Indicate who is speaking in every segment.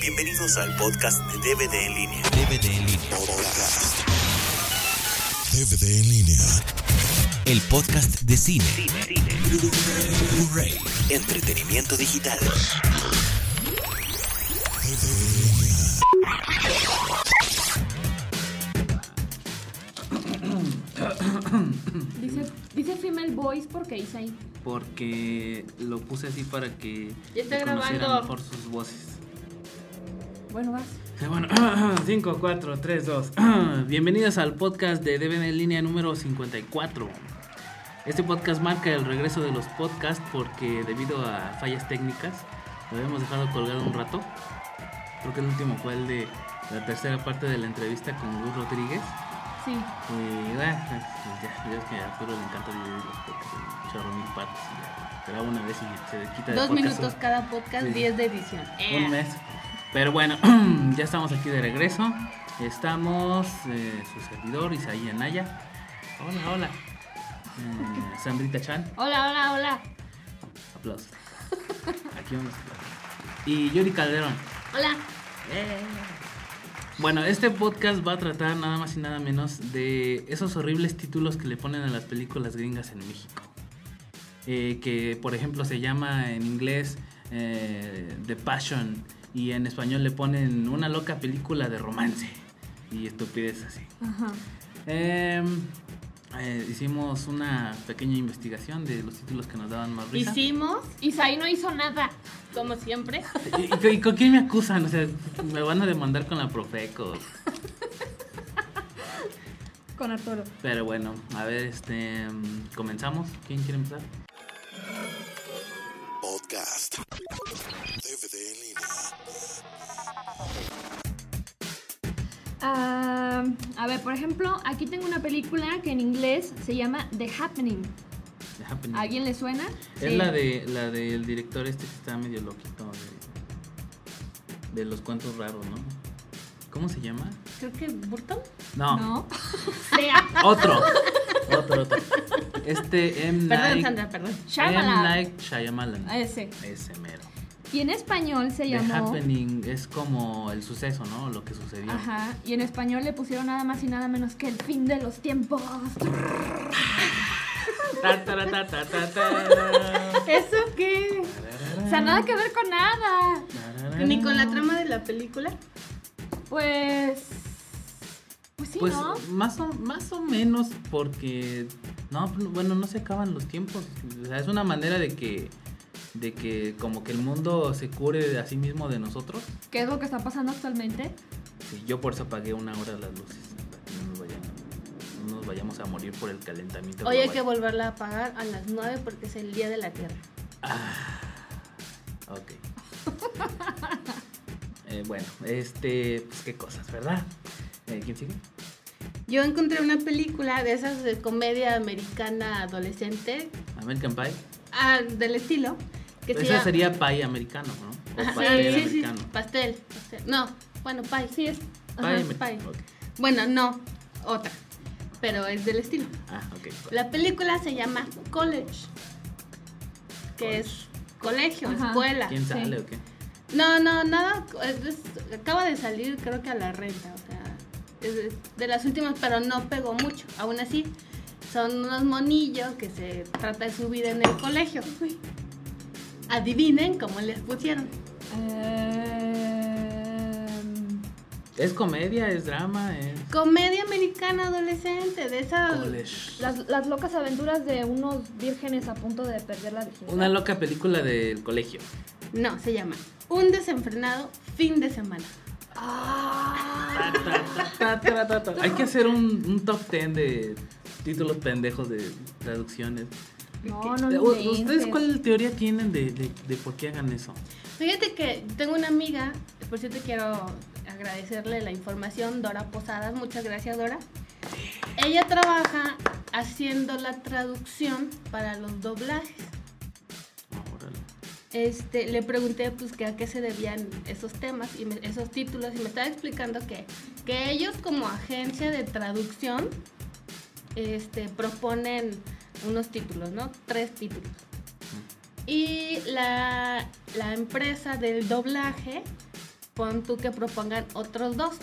Speaker 1: Bienvenidos al podcast de DVD en línea.
Speaker 2: DVD en línea.
Speaker 1: Podcast.
Speaker 3: DVD en línea.
Speaker 2: El podcast de cine,
Speaker 1: Blu-ray. Entretenimiento digital.
Speaker 4: Dice, dice Female Voice porque hice ahí.
Speaker 5: porque lo puse así para que
Speaker 6: Ya está
Speaker 5: reconocieran
Speaker 6: grabando.
Speaker 5: mejor sus voces.
Speaker 4: Bueno, vas.
Speaker 5: Eh, Bueno, 5, 4, 3, 2. Bienvenidos al podcast de DBN en línea número 54. Este podcast marca el regreso de los podcasts porque debido a fallas técnicas lo habíamos dejado colgado un rato. Creo que el último fue el de la tercera parte de la entrevista con Gus Rodríguez.
Speaker 4: Sí.
Speaker 5: Y bueno, pues, pues ya, ya es que a Arturo le encanta dividir los podcasts en chorro mil partes. y ya, Graba una vez y se le quita de
Speaker 6: Dos
Speaker 5: podcast
Speaker 6: minutos cada podcast,
Speaker 5: Sí.
Speaker 6: 10 de edición.
Speaker 5: un,
Speaker 6: Eh.
Speaker 5: un mes. Pero bueno, ya estamos aquí de regreso. Estamos eh, su servidor Isaí Anaya. Hola, hola. Eh, Sandrita Chan,
Speaker 6: Hola, hola, hola.
Speaker 5: aplausos. Aquí vamos. Y Yuri Calderón.
Speaker 6: Hola.
Speaker 5: Eh, Bueno, este podcast va a tratar nada más y nada menos de esos horribles títulos que le ponen a las películas gringas en México. Eh, que, por ejemplo, se llama en inglés eh, The Passion y en español le ponen una loca película de romance y estupidez así.
Speaker 4: Ajá.
Speaker 5: Em, eh, hicimos una pequeña investigación de los títulos que nos daban más risa.
Speaker 6: Hicimos,
Speaker 4: Isaí no hizo nada.
Speaker 6: como siempre,
Speaker 5: ¿Y, y- y con quién me acusan? O sea, me van a demandar con la Profeco.
Speaker 4: Con Arturo.
Speaker 5: Pero bueno, a ver, este, mm, comenzamos. ¿Quién quiere empezar?
Speaker 3: Podcast. DVD en línea.
Speaker 4: Ah, a ver, por ejemplo, aquí tengo una película que en inglés se llama The Happening.
Speaker 5: The Happening.
Speaker 4: ¿A alguien le suena?
Speaker 5: Mm. Es la de la del director este que está medio loquito de, de los cuentos raros, ¿no? ¿Cómo se llama?
Speaker 6: creo que Burton.
Speaker 5: No,
Speaker 4: No. Sea.
Speaker 5: otro, otro, otro. Este M
Speaker 6: Perdón,
Speaker 5: Night,
Speaker 6: Sandra, perdón.
Speaker 5: M.
Speaker 4: Shyamalan.
Speaker 5: Night Shyamalan.
Speaker 4: Ese.
Speaker 5: Ese mero.
Speaker 4: Y en español se
Speaker 5: The
Speaker 4: llamó.
Speaker 5: Happening es como el suceso, ¿no? Lo que sucedió.
Speaker 4: Ajá. Y en español le pusieron nada más y nada menos que el fin de los tiempos.
Speaker 5: Ta, ta, ta, ta, ta, ta.
Speaker 4: ¿Eso qué? O
Speaker 5: Ah.
Speaker 4: sea, nada que ver con nada.
Speaker 6: Ni con la trama de la película.
Speaker 4: Pues. Pues sí,
Speaker 5: Pues
Speaker 4: ¿no?
Speaker 5: más, o, más o menos porque no pues, bueno no se acaban los tiempos o sea, es una manera de que de que como que el mundo se cure a sí mismo de nosotros
Speaker 4: ¿Qué es lo que está pasando actualmente?
Speaker 5: Sí, yo por eso apagué una hora las luces para que no nos vayan- no nos vayamos a morir por el calentamiento
Speaker 6: Hoy hay que
Speaker 5: global.
Speaker 6: volverla a apagar a las 9 porque es el día de la Tierra.
Speaker 5: Ah, Ok. Eh, bueno este pues qué cosas verdad Eh, quién sigue
Speaker 6: Yo encontré una película de esas de comedia americana adolescente,
Speaker 5: American Pie
Speaker 6: ah, del estilo. Que
Speaker 5: ese
Speaker 6: se llama...
Speaker 5: sería pie americano no o
Speaker 6: Ajá,
Speaker 5: pastel
Speaker 6: sí, sí, sí,
Speaker 5: americano
Speaker 6: pastel, pastel. No, bueno, pie. Sí, es.
Speaker 5: Pie americano, ok.
Speaker 6: Bueno, no, otra. Pero es del estilo.
Speaker 5: ah ok
Speaker 6: La película se llama College, que es colegio,
Speaker 4: Ajá.
Speaker 6: escuela.
Speaker 5: ¿Quién sale
Speaker 4: Sí.
Speaker 5: o qué?
Speaker 6: No, no, nada. es- es- acaba de salir, creo que a la renta. O sea, es de, de las últimas, pero no pegó mucho. Aún así, son unos monillos que se trata de su vida en el colegio. Adivinen cómo les pusieron.
Speaker 4: Em,
Speaker 5: ¿Es comedia? ¿Es drama? ¿Es
Speaker 6: Comedia americana adolescente, de esa.
Speaker 5: college?
Speaker 4: las, las locas aventuras de unos vírgenes a punto de perder la virginidad.
Speaker 5: Una loca película del colegio.
Speaker 6: No, se llama Un desenfrenado fin de semana.
Speaker 4: Ah,
Speaker 5: Ta, ta, ta, ta, ta, ta. Hay que hacer un, un top 10 de títulos pendejos de traducciones.
Speaker 4: No, no,
Speaker 5: ¿U-
Speaker 4: no.
Speaker 5: ¿Ustedes cuál teoría tienen de, de- de por qué hagan eso?
Speaker 6: Fíjate que tengo una amiga, por cierto quiero agradecerle la información, Dora Posadas, muchas gracias Dora. Ella trabaja haciendo la traducción para los doblajes.
Speaker 5: Órale.
Speaker 6: Este, le pregunté pues que a qué se debían esos temas y me- esos títulos y me estaba explicando que, que ellos como agencia de traducción este, proponen unos títulos, ¿no? Tres títulos. Y la, la empresa del doblaje pon tú que propongan otros dos.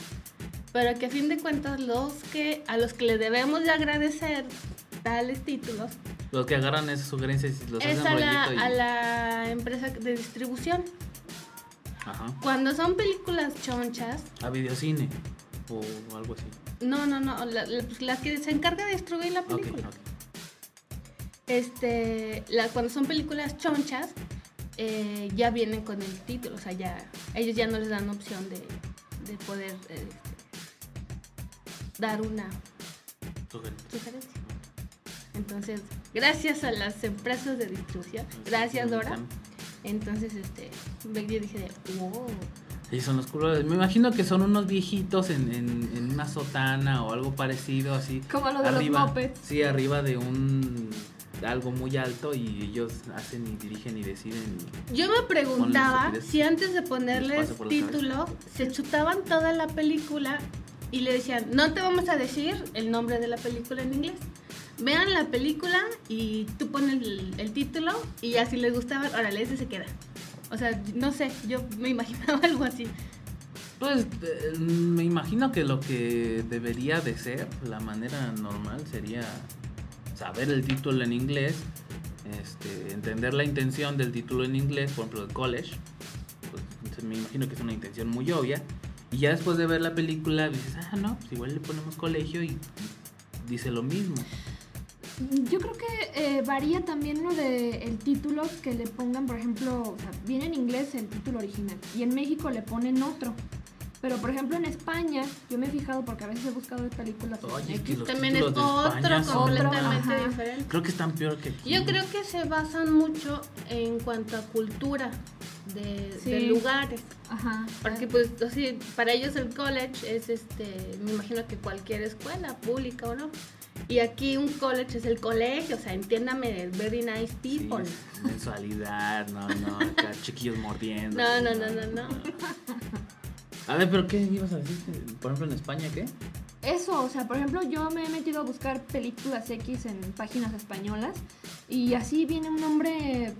Speaker 6: Pero que a fin de cuentas los que, a los que le debemos de agradecer tales títulos
Speaker 5: Los que agarran esas sugerencias y los
Speaker 6: es a
Speaker 5: hacen
Speaker 6: la,
Speaker 5: rollito y...
Speaker 6: a la empresa de distribución.
Speaker 5: Ajá.
Speaker 6: Cuando son películas chonchas,
Speaker 5: A videocine o algo así.
Speaker 6: no, no, no, la, la- pues la que se encarga de distribuir la
Speaker 5: Ok,
Speaker 6: película.
Speaker 5: ok.
Speaker 6: Este, la, cuando son películas chonchas, eh, ya vienen con el título, o sea, ya ellos ya no les dan opción de, de poder eh, este, dar una
Speaker 5: Sugerencia.
Speaker 6: sugerencia. Entonces, gracias a las empresas de distribución, gracias Dora. Entonces, este, ve- yo dije, de, "Oh". wow.
Speaker 5: Sí, son los colores. Me imagino que son unos viejitos en, en- en una sotana o algo parecido así.
Speaker 4: Como lo de los Muppets.
Speaker 5: Sí, arriba de un algo muy alto y ellos hacen y dirigen y deciden.
Speaker 6: Yo me preguntaba
Speaker 5: Ponle
Speaker 6: si antes de
Speaker 5: Les
Speaker 6: ponerles
Speaker 5: pasa por la
Speaker 6: título, se chutaban toda la película y le decían, no te vamos a decir el nombre de la película en inglés. Vean la película y tú pones el, el título y así les gustaba, órale, ese se queda. O sea, no sé, yo me imaginaba algo así.
Speaker 5: Pues eh, me imagino que lo que debería de ser, la manera normal sería saber el título en inglés, este, entender la intención del título en inglés, por ejemplo, de college. Pues, se- me imagino que es una intención muy obvia. Y ya después de ver la película dices, ah, no, pues igual le ponemos colegio y dice lo mismo.
Speaker 4: Yo creo que eh, varía también lo de el título que le pongan, por ejemplo, o sea, viene en inglés el título original y en México le ponen otro. Pero por ejemplo en España, yo me he fijado porque a veces he buscado de películas. en
Speaker 5: Oye, es que
Speaker 4: X.
Speaker 5: los
Speaker 6: También es
Speaker 5: títulos de España
Speaker 6: otro
Speaker 5: son-
Speaker 6: completamente
Speaker 4: Ajá.
Speaker 6: diferente.
Speaker 5: Creo que están peor que aquí.
Speaker 6: Yo creo que se basan mucho en cuanto a cultura de,
Speaker 4: Sí.
Speaker 6: de lugares.
Speaker 4: Ajá.
Speaker 6: Porque pues así, para ellos el college es este, me imagino que cualquier escuela, pública o no. Y aquí un college es el colegio, o sea, entiéndame, very nice
Speaker 5: Sí,
Speaker 6: people.
Speaker 5: es mensualidad, no, no, acá chiquillos mordiendo.
Speaker 6: No, no, no, no, no.
Speaker 5: A ver, pero ¿qué ibas a decir? Por ejemplo, en España, ¿qué?
Speaker 4: Eso, o sea, por ejemplo, yo me he metido a buscar películas X en páginas españolas y así viene un nombre,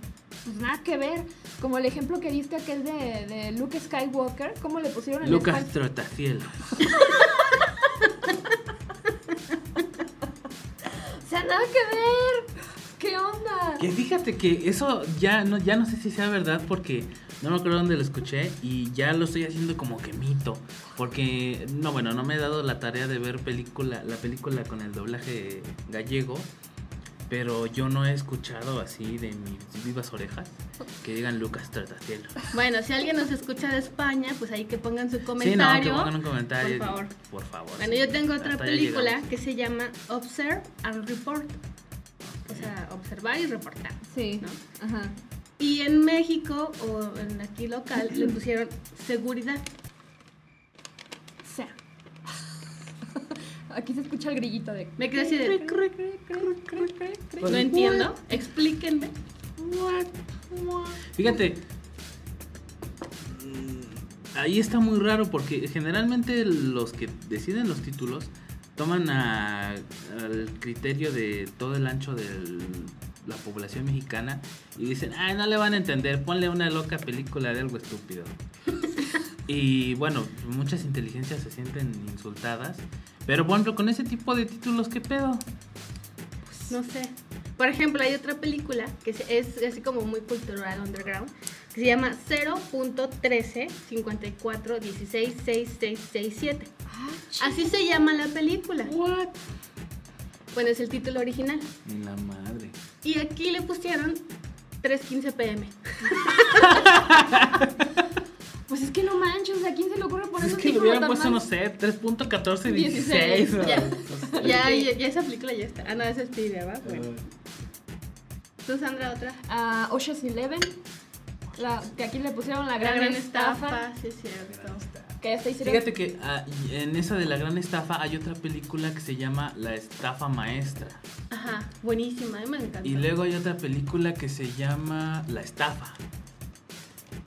Speaker 4: pues nada que ver, como el ejemplo que diste aquel de, de Luke Skywalker, ¿cómo le pusieron en
Speaker 5: Lucas
Speaker 4: España?
Speaker 5: Trotacielos.
Speaker 4: O sea, nada que ver. ¿Qué onda?
Speaker 5: Que fíjate que eso ya no, ya no sé si sea verdad porque no me acuerdo dónde lo escuché y ya lo estoy haciendo como que mito. Porque, no, bueno, no me he dado la tarea de ver película, la película con el doblaje gallego. Pero yo no he escuchado así de mis vivas orejas que digan Lucas Trotacielos.
Speaker 6: Bueno, si alguien nos escucha de España, pues ahí que pongan su
Speaker 5: Sí, no,
Speaker 6: comentario.
Speaker 5: que pongan un comentario.
Speaker 6: Por favor.
Speaker 5: Por favor,
Speaker 6: Bueno,
Speaker 5: sí.
Speaker 6: yo tengo otra
Speaker 5: Hasta ya
Speaker 6: película
Speaker 5: llegamos.
Speaker 6: que se llama Observe and Report. O sea, observar y reportar.
Speaker 4: Sí,
Speaker 6: ¿no?
Speaker 4: ajá.
Speaker 6: Y en México o en aquí local le pusieron seguridad.
Speaker 4: O sea. Aquí se escucha el grillito de.
Speaker 6: Me quedé así de-
Speaker 4: Cric, cric, cric, cric, cric, cric, cric.
Speaker 5: Pues,
Speaker 6: no entiendo, explíquenme.
Speaker 5: Fíjate. mm, Ahí está muy raro porque generalmente los que deciden los títulos toman a- al criterio de todo el ancho de la población mexicana y dicen, ay, no le van a entender, ponle una loca película de algo estúpido. y bueno, muchas inteligencias se sienten insultadas, pero bueno, con ese tipo de títulos, ¿qué pedo?
Speaker 6: No sé. Por ejemplo, hay otra película que es- es así como muy cultural underground que se llama 0.1354166667. Así se llama la película. Bueno, es el título original.
Speaker 5: Ni la madre.
Speaker 6: Y aquí le pusieron 3:15 pm.
Speaker 4: Pues es que no manches, ¿a quién se le ocurre poner
Speaker 5: Pues Es
Speaker 4: un
Speaker 5: que le
Speaker 4: título
Speaker 5: hubieran
Speaker 4: tan
Speaker 5: puesto,
Speaker 4: mal?
Speaker 5: no sé, 3.1416. ¿no?
Speaker 6: Ya.
Speaker 5: Entonces,
Speaker 6: Ya, ya, ya esa película ya está. Ah, no, esa es tu idea, ¿va? Bueno. Tú, Sandra, otra.
Speaker 4: Ah, Ocean's Eleven. La, que aquí le pusieron la
Speaker 6: La
Speaker 4: gran, estafa.
Speaker 6: sí es cierto.
Speaker 4: Que hasta hicieron.
Speaker 5: Fíjate que ah, y en esa de la gran estafa hay otra película que se llama La estafa maestra.
Speaker 6: Ajá, buenísima, a mí me encanta.
Speaker 5: Y luego hay otra película que se llama La estafa.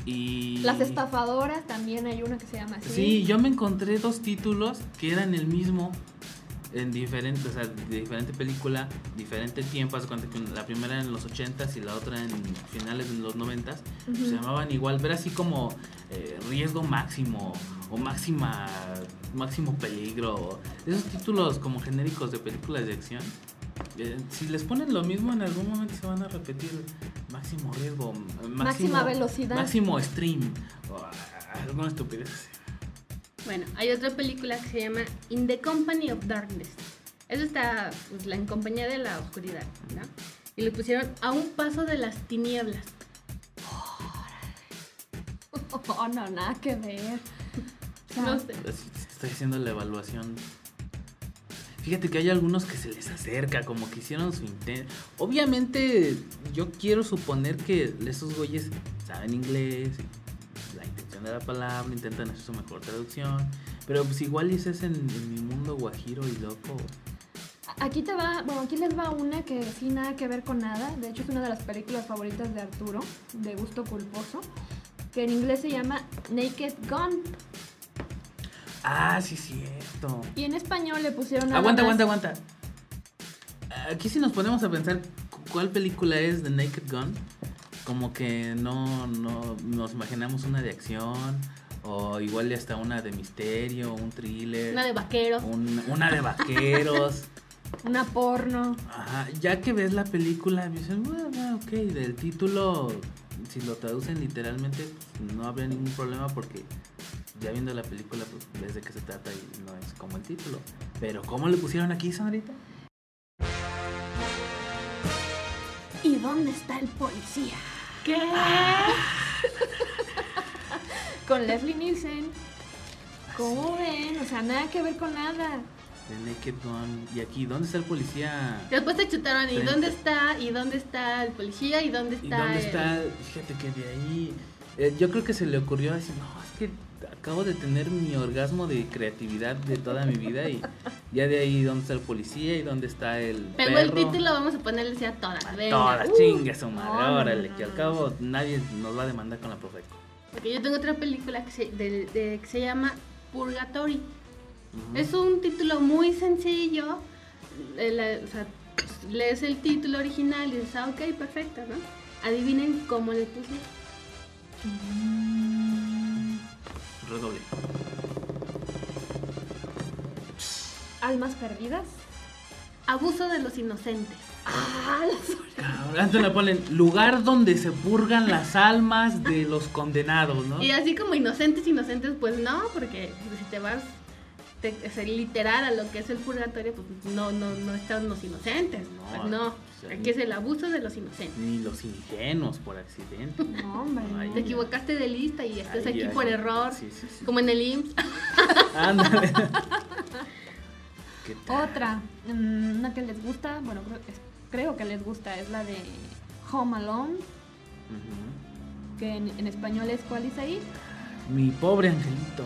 Speaker 5: Y
Speaker 4: Las estafadoras también hay una que se llama así.
Speaker 5: Sí, yo me encontré dos títulos que eran el mismo. en diferente, o sea, de diferente película, diferente tiempo. Haz de cuenta que la primera en los 80s y la otra en finales de los 90s. pues,
Speaker 4: Ujú.
Speaker 5: se llamaban igual, pero así como eh, riesgo máximo o máxima máximo peligro. o Esos títulos como genéricos de películas de acción. eh, si les ponen lo mismo, en algún momento se van a repetir máximo riesgo, m- máximo-
Speaker 4: Máxima velocidad.
Speaker 5: máximo stream, o a- a- alguna estupidez así.
Speaker 6: Bueno, hay otra película que se llama In the Company of Darkness. Eso está, pues, la en compañía de la oscuridad, ¿no? Y le pusieron a un paso de las tinieblas.
Speaker 4: Oh, no, nada que ver. O sea,
Speaker 6: No sé.
Speaker 5: Así te Estoy haciendo la evaluación. Fíjate que hay algunos que se les acerca, como que hicieron su intento. Obviamente, yo quiero suponer que esos güeyes saben inglés, y la intención de la palabra, intentan hacer su mejor traducción. Pero pues igual y ese es en, en mi mundo guajiro y loco.
Speaker 4: Aquí te va, bueno, aquí les va una que sí nada que ver con nada. De hecho, es una de las películas favoritas de Arturo, de gusto culposo, que en inglés se llama Naked Gun.
Speaker 5: Ah, sí, cierto.
Speaker 4: Y en español le pusieron. nada
Speaker 5: Aguanta,
Speaker 4: más-
Speaker 5: aguanta, aguanta. Aquí si nos ponemos a pensar cu- cuál película es The Naked Gun, como que no, no nos imaginamos una de acción o igual y hasta una de misterio, un thriller,
Speaker 6: Una de vaqueros.
Speaker 5: un- una de vaqueros.
Speaker 4: Una porno.
Speaker 5: Ajá, ya que ves la película, dices, bueno, bueno, ok, del título, si lo traducen literalmente, pues, no habría ningún problema porque ya viendo la película, pues ves de qué se trata y no es como el título. Pero, ¿cómo le pusieron aquí, Sandrita?
Speaker 4: ¿Y dónde está el policía?
Speaker 6: ¿Qué?
Speaker 4: Con Leslie Nielsen. ¿Cómo ven? O sea, nada que ver con nada.
Speaker 5: The Naked Gun. Y aquí, ¿dónde está el policía?
Speaker 6: Después te chutaron y
Speaker 5: Frente.
Speaker 6: dónde está, y dónde está el policía, y dónde está.
Speaker 5: ¿Y dónde
Speaker 6: el-
Speaker 5: está? Fíjate que de ahí. eh, yo creo que se le ocurrió decir, no, es que acabo de tener mi orgasmo de creatividad de toda mi vida y ya de ahí, ¿dónde está el policía? ¿Y dónde está el
Speaker 6: Pegó
Speaker 5: perro?
Speaker 6: el título, vamos a ponerle así a todas. venga.
Speaker 5: Todas,
Speaker 6: Uh.
Speaker 5: chinga su madre,
Speaker 4: no, no,
Speaker 5: órale,
Speaker 4: no,
Speaker 5: que al
Speaker 4: no.
Speaker 5: cabo nadie nos va a demandar con la Profeco.
Speaker 6: Porque yo tengo otra película que se, del- de- que se llama Purgatory. Es un título muy sencillo. eh, la- o sea, lees el título original y dices, ah, ok, perfecto, ¿no? Adivinen cómo le puse.
Speaker 5: Redoble.
Speaker 4: ¿Almas perdidas?
Speaker 6: Abuso de los inocentes.
Speaker 4: Ah, las-
Speaker 5: Cabrón, Antes le ponen lugar donde se purgan las almas de los condenados, ¿no?
Speaker 6: Y así como inocentes, inocentes, pues no, porque si te vas te, o sea, literal a lo que es el purgatorio, pues no, no, no están los inocentes.
Speaker 5: No,
Speaker 6: Pues no.
Speaker 5: sí.
Speaker 6: Aquí es el abuso de los inocentes.
Speaker 5: Ni los ingenuos por accidente.
Speaker 4: No, hombre.
Speaker 5: Ay,
Speaker 4: no.
Speaker 6: Te equivocaste de lista y estás
Speaker 5: Ay,
Speaker 6: aquí
Speaker 5: ay,
Speaker 6: por error,
Speaker 5: Sí, sí, sí.
Speaker 6: como en el IMSS.
Speaker 5: Ándale. ¿Qué tal?
Speaker 4: Otra, mm, una que les gusta, bueno, creo, es- creo que les gusta, es la de Home Alone,
Speaker 5: Ujú.
Speaker 4: que en, en español es ¿Cuál es ahí?
Speaker 5: Mi pobre angelito.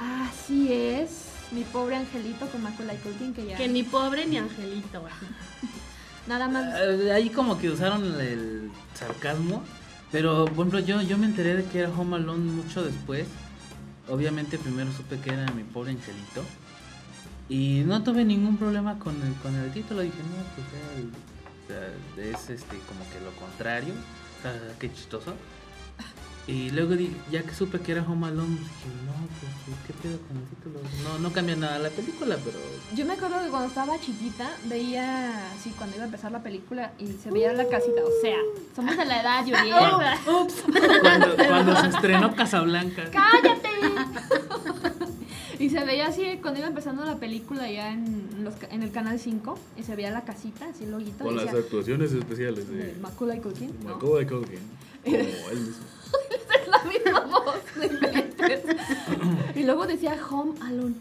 Speaker 4: Así es, mi pobre angelito con Macaulay Culkin, que ya
Speaker 6: Que ni pobre ni angelito. así.
Speaker 4: nada más...
Speaker 5: Eh, Ahí como que usaron el sarcasmo. Pero, por ejemplo, yo, yo me enteré de que era Home Alone mucho después. Obviamente primero supe que era mi pobre angelito. Y no tuve ningún problema con el, con el título. Dije, no, pues era el- o sea, es este, como que lo contrario. Ja, ja, qué chistoso. Y luego di- ya que supe que era Home Alone, dije, no, pues, pues, qué pedo con el título. No, no cambia nada la película, pero...
Speaker 4: Yo me acuerdo que cuando estaba chiquita veía, sí, cuando iba a empezar la película y se veía la casita, o sea, somos de la edad, Yuri. ¿eh?
Speaker 5: Ups. Cuando, cuando se estrenó Casablanca.
Speaker 4: ¡Cállate! y se veía así cuando iba empezando la película ya en, los ca- en el canal 5 y se veía la casita, así el loguito. y decía,
Speaker 7: actuaciones especiales
Speaker 4: de Macaulay Culkin, ¿no?
Speaker 7: Macaulay Culkin. Como él mismo.
Speaker 4: Es la misma voz, no inventes. Y luego decía Home Alone.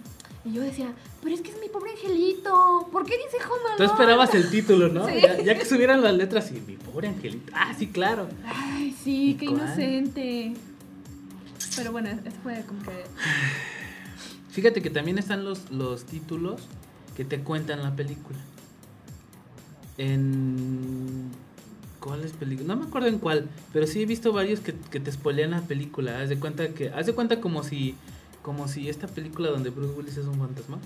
Speaker 4: Y yo decía, pero es que es mi pobre angelito. ¿Por qué dice Home Alone?
Speaker 5: Tú esperabas el título, ¿no?
Speaker 4: Sí.
Speaker 5: Ya, ya que subieran las letras y mi pobre angelito. Ah, sí, claro.
Speaker 4: Ay, sí,
Speaker 5: ¿Y
Speaker 4: qué
Speaker 5: cuál?
Speaker 4: inocente. Pero bueno, eso fue como que.
Speaker 5: Fíjate que también están los, los títulos que te cuentan la película. En. ¿Cuáles películas? No me acuerdo en cuál, pero sí he visto varios que, que te spoilean la película. Haz de cuenta que. Haz de cuenta como si. Como si esta película donde Bruce Willis es un fantasma.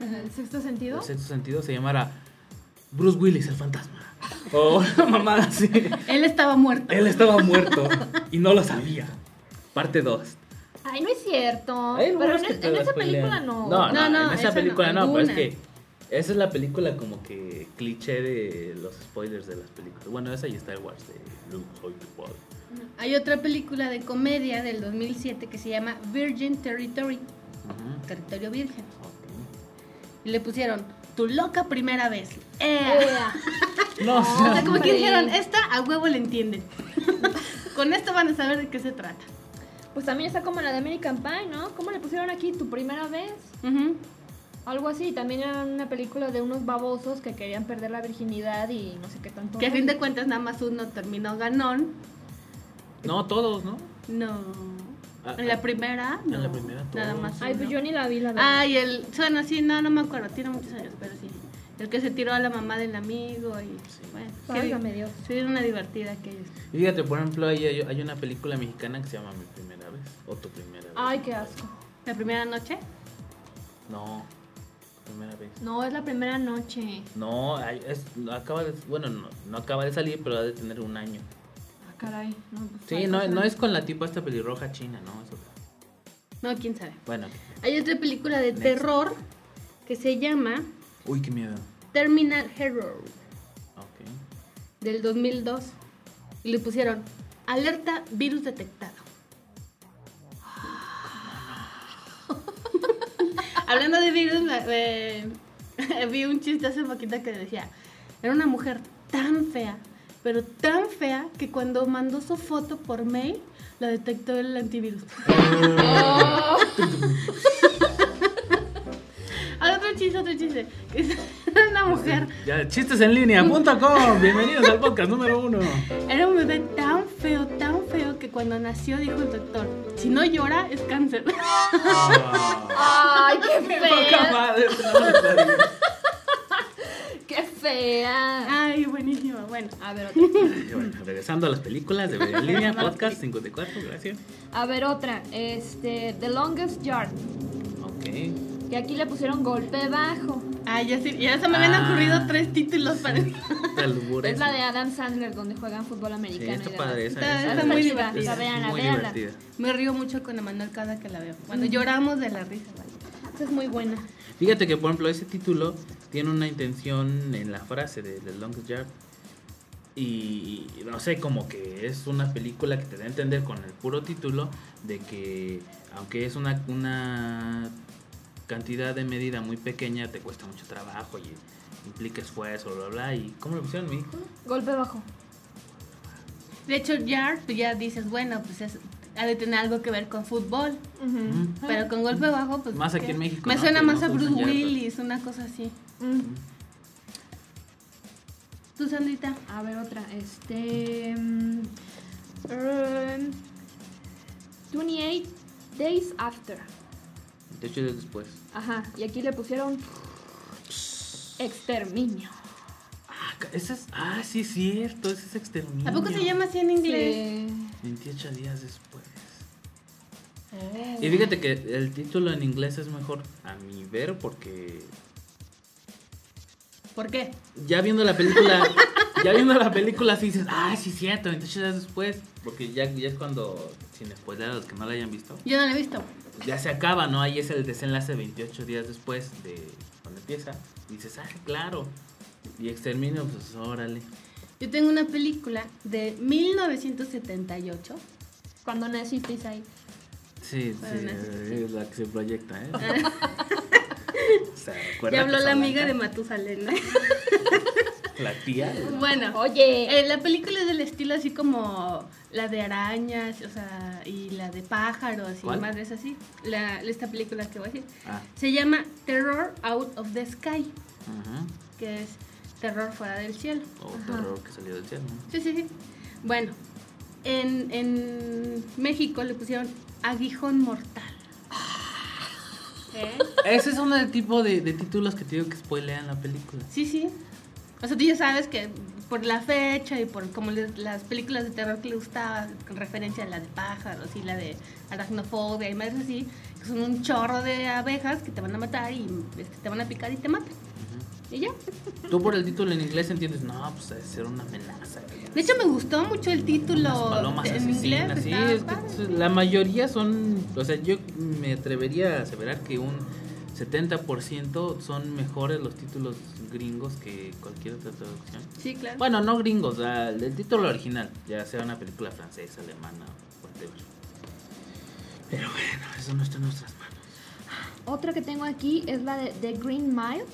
Speaker 4: el sexto sentido.
Speaker 5: El sexto Pues sentido se llamara Bruce Willis, el fantasma. O una mamada así.
Speaker 6: Él estaba muerto.
Speaker 5: Él estaba muerto y no lo sabía. Parte 2.
Speaker 4: Ay, no es cierto.
Speaker 5: Hay
Speaker 4: pero
Speaker 5: lugares
Speaker 4: en,
Speaker 5: que
Speaker 4: es-
Speaker 5: te
Speaker 4: en
Speaker 5: la
Speaker 4: esa
Speaker 5: spoilean.
Speaker 4: película no.
Speaker 5: No, no,
Speaker 6: No, no,
Speaker 5: en esa
Speaker 6: esa
Speaker 5: película no,
Speaker 6: no,
Speaker 5: pero es
Speaker 6: ninguna.
Speaker 5: que esa es la película como que cliché de los spoilers de las películas. Bueno, esa y Star Wars de Luke, soy tu padre.
Speaker 6: Hay otra película de comedia del 2007 que se llama Virgin Territory,
Speaker 5: Ujú,
Speaker 6: Territorio Virgen.
Speaker 5: ok.
Speaker 6: Y le pusieron tu loca primera vez. ¡Eh!
Speaker 4: Ea.
Speaker 5: No, o
Speaker 6: O
Speaker 5: sea,
Speaker 6: sea, como
Speaker 4: Hombre.
Speaker 6: que dijeron, esta a huevo le entienden. Con esto van a saber de qué se trata.
Speaker 4: Pues también está como la de American Pie, ¿no? ¿Cómo le pusieron aquí tu primera vez?
Speaker 6: Ujú.
Speaker 4: Algo así. También era una película de unos babosos que querían perder la virginidad y no sé qué tanto.
Speaker 6: Que a fin de cuentas nada más uno terminó ganón.
Speaker 5: no todos, ¿no?
Speaker 6: No.
Speaker 5: Ah,
Speaker 6: En
Speaker 5: ah,
Speaker 6: la primera, no.
Speaker 5: la primera,
Speaker 6: Nada
Speaker 5: todos.
Speaker 6: más.
Speaker 4: Ay, pues
Speaker 6: uno.
Speaker 4: yo ni la vi, la verdad.
Speaker 6: Ay, el. Suena así, no, no me acuerdo. Tiene muchos años, pero sí. El que se tiró a la mamá del amigo y. Bueno, qué
Speaker 4: Válgame Dios.
Speaker 6: Sí, era una divertida que ellos.
Speaker 5: Fíjate, por ejemplo, hay, hay- hay una película mexicana que se llama Mi Primera Vez o Tu Primera Vez.
Speaker 4: Ay, qué asco.
Speaker 6: La primera noche.
Speaker 5: No, Tu Primera Vez.
Speaker 4: No, es la primera noche.
Speaker 5: No, hay- es- acaba de, bueno, no, no acaba de salir, pero ha de tener un año.
Speaker 4: Ah, caray. No, pues,
Speaker 5: Sí,
Speaker 4: ay,
Speaker 5: no,
Speaker 4: pues,
Speaker 5: no es con la tipa esta pelirroja china, ¿no? Es otra.
Speaker 6: No, quién sabe.
Speaker 5: Bueno.
Speaker 6: Hay otra película de
Speaker 5: Next.
Speaker 6: terror que se llama
Speaker 5: Uy, qué miedo.
Speaker 6: Terminal Hero
Speaker 5: Ok.
Speaker 6: del 2002. Y le pusieron alerta virus detectado. Hablando de virus, la- eh, vi un chiste hace poquito que decía, era una mujer tan fea, pero tan fea que cuando mandó su foto por mail, la detectó el antivirus. Ahora otro chiste, otro chiste. Era una mujer
Speaker 5: Ya, chistesenlinea.com. Bienvenidos al podcast número uno.
Speaker 6: Era un bebé tan feo, tan feo que cuando nació dijo el doctor, si no llora es cáncer.
Speaker 4: Ay, qué
Speaker 5: Poca
Speaker 4: fea.
Speaker 5: madre, no me acuerdo.
Speaker 4: qué fea.
Speaker 6: Ay, buenísima, bueno.
Speaker 4: A ver, otra.
Speaker 5: Y bueno, regresando a las películas de Bebe en Línea, podcast 54, gracias.
Speaker 4: A ver, otra. Este, The Longest Yard.
Speaker 5: Ok.
Speaker 4: Que aquí le pusieron golpe bajo.
Speaker 6: Ay, ya, sí, ya se me habían
Speaker 5: Ah.
Speaker 6: ocurrido tres títulos para
Speaker 5: Albures.
Speaker 4: Es la de Adam Sandler donde juegan fútbol
Speaker 5: Sí,
Speaker 4: americano. y
Speaker 5: está
Speaker 4: demás.
Speaker 5: padre esa.
Speaker 6: Está-
Speaker 5: esa-
Speaker 6: está muy
Speaker 5: esa-
Speaker 6: divertida.
Speaker 5: esa es
Speaker 4: Véanla,
Speaker 5: muy
Speaker 4: véanla.
Speaker 5: divertida.
Speaker 6: Me río mucho con Emanuel cada que la veo. Cuando lloramos de la risa, vaya.
Speaker 4: Esa es muy buena.
Speaker 5: Fíjate que, por ejemplo, ese título tiene una intención en la frase de The Longest Yard. Y y no sé, como que es una película que te da a entender con el puro título de que, aunque es una, una cantidad de medida muy pequeña, te cuesta mucho trabajo y implica esfuerzo, bla, bla. ¿Y cómo lo pusieron, México?
Speaker 4: Golpe bajo.
Speaker 6: De hecho, Yard, tú ya dices, bueno, pues es, ha de tener algo que ver con fútbol.
Speaker 4: Ujú.
Speaker 6: Pero con golpe bajo, pues.
Speaker 5: Más aquí
Speaker 6: ¿qué?
Speaker 5: en México,
Speaker 6: Me
Speaker 5: ¿no?
Speaker 6: suena
Speaker 5: Que
Speaker 6: más
Speaker 5: no
Speaker 6: a
Speaker 5: se usan
Speaker 6: Bruce
Speaker 5: yardas.
Speaker 6: Willis, una cosa así.
Speaker 4: Mm.
Speaker 6: ¿Tú, Sandrita?
Speaker 4: A ver, otra. Este. mm, em, 28 Days After.
Speaker 5: De hecho, es después.
Speaker 4: Ajá. Y aquí le pusieron. Exterminio.
Speaker 5: Ah, ca- ese es, ah sí, es cierto, ese es exterminio.
Speaker 6: ¿A poco se llama así en inglés?
Speaker 4: Sí.
Speaker 5: 28 días después. Y fíjate que el título en inglés es mejor a mi ver porque
Speaker 6: ¿Por qué?
Speaker 5: ya viendo la película, ya viendo la película sí dices, ah, sí es cierto, entonces ya después, porque ya, ya es cuando, sin spoiler a los que no la hayan visto,
Speaker 6: Yo no la he visto.
Speaker 5: ya se acaba, ¿no? Ahí es el desenlace 28 días después de cuando empieza. Y dices, ah, claro. Y exterminio, pues órale.
Speaker 6: Yo tengo una película de 1978.
Speaker 4: Cuando nacisteis ahí.
Speaker 5: Sí,
Speaker 6: Bueno,
Speaker 5: sí,
Speaker 6: sí.
Speaker 5: es la que se proyecta, ¿eh? O sea, recuerda
Speaker 6: Ya habló
Speaker 5: que
Speaker 6: la
Speaker 5: Salamanca,
Speaker 6: amiga de Matusalén. ¿no?
Speaker 5: La tía.
Speaker 6: bueno,
Speaker 4: Oye.
Speaker 6: eh, la película es del estilo así como la de arañas, o sea, y la de pájaros y
Speaker 5: ¿Cuál?
Speaker 6: madres así. La, esta película que voy a decir.
Speaker 5: Ah,
Speaker 6: Se llama Terror Out of the Sky,
Speaker 5: ajá.
Speaker 6: que es terror fuera del cielo.
Speaker 5: O terror que salió del cielo. ¿no?
Speaker 6: Sí, sí, sí. Bueno, en, en México le pusieron aguijón mortal. ¿Eh?
Speaker 5: Ese es uno del tipo de, de títulos que te digo que spoilean la película.
Speaker 6: Sí, sí. O sea, tú ya sabes que por la fecha y por como les- las películas de terror que le gustaba, con referencia a la de pájaros y la de aracnofobia y más así, son un chorro de abejas que te van a matar y es que te van a picar y te matan. Y ya.
Speaker 5: Tú por el título en inglés entiendes, no, pues debe ser una amenaza. güey.
Speaker 6: De hecho, me gustó mucho el título
Speaker 5: Las palomas
Speaker 6: en
Speaker 5: asesinas,
Speaker 6: inglés.
Speaker 5: sí,
Speaker 6: estaba
Speaker 5: es que
Speaker 6: padre.
Speaker 5: es- la mayoría son, o sea, yo me atrevería a aseverar que un 70% son mejores los títulos gringos que cualquier otra traducción.
Speaker 6: Sí, claro.
Speaker 5: Bueno, no gringos, ah, el título original, ya sea una película francesa, alemana, whatever. Pero bueno, eso no está en nuestras manos.
Speaker 4: Otra que tengo aquí es la de The Green Mile.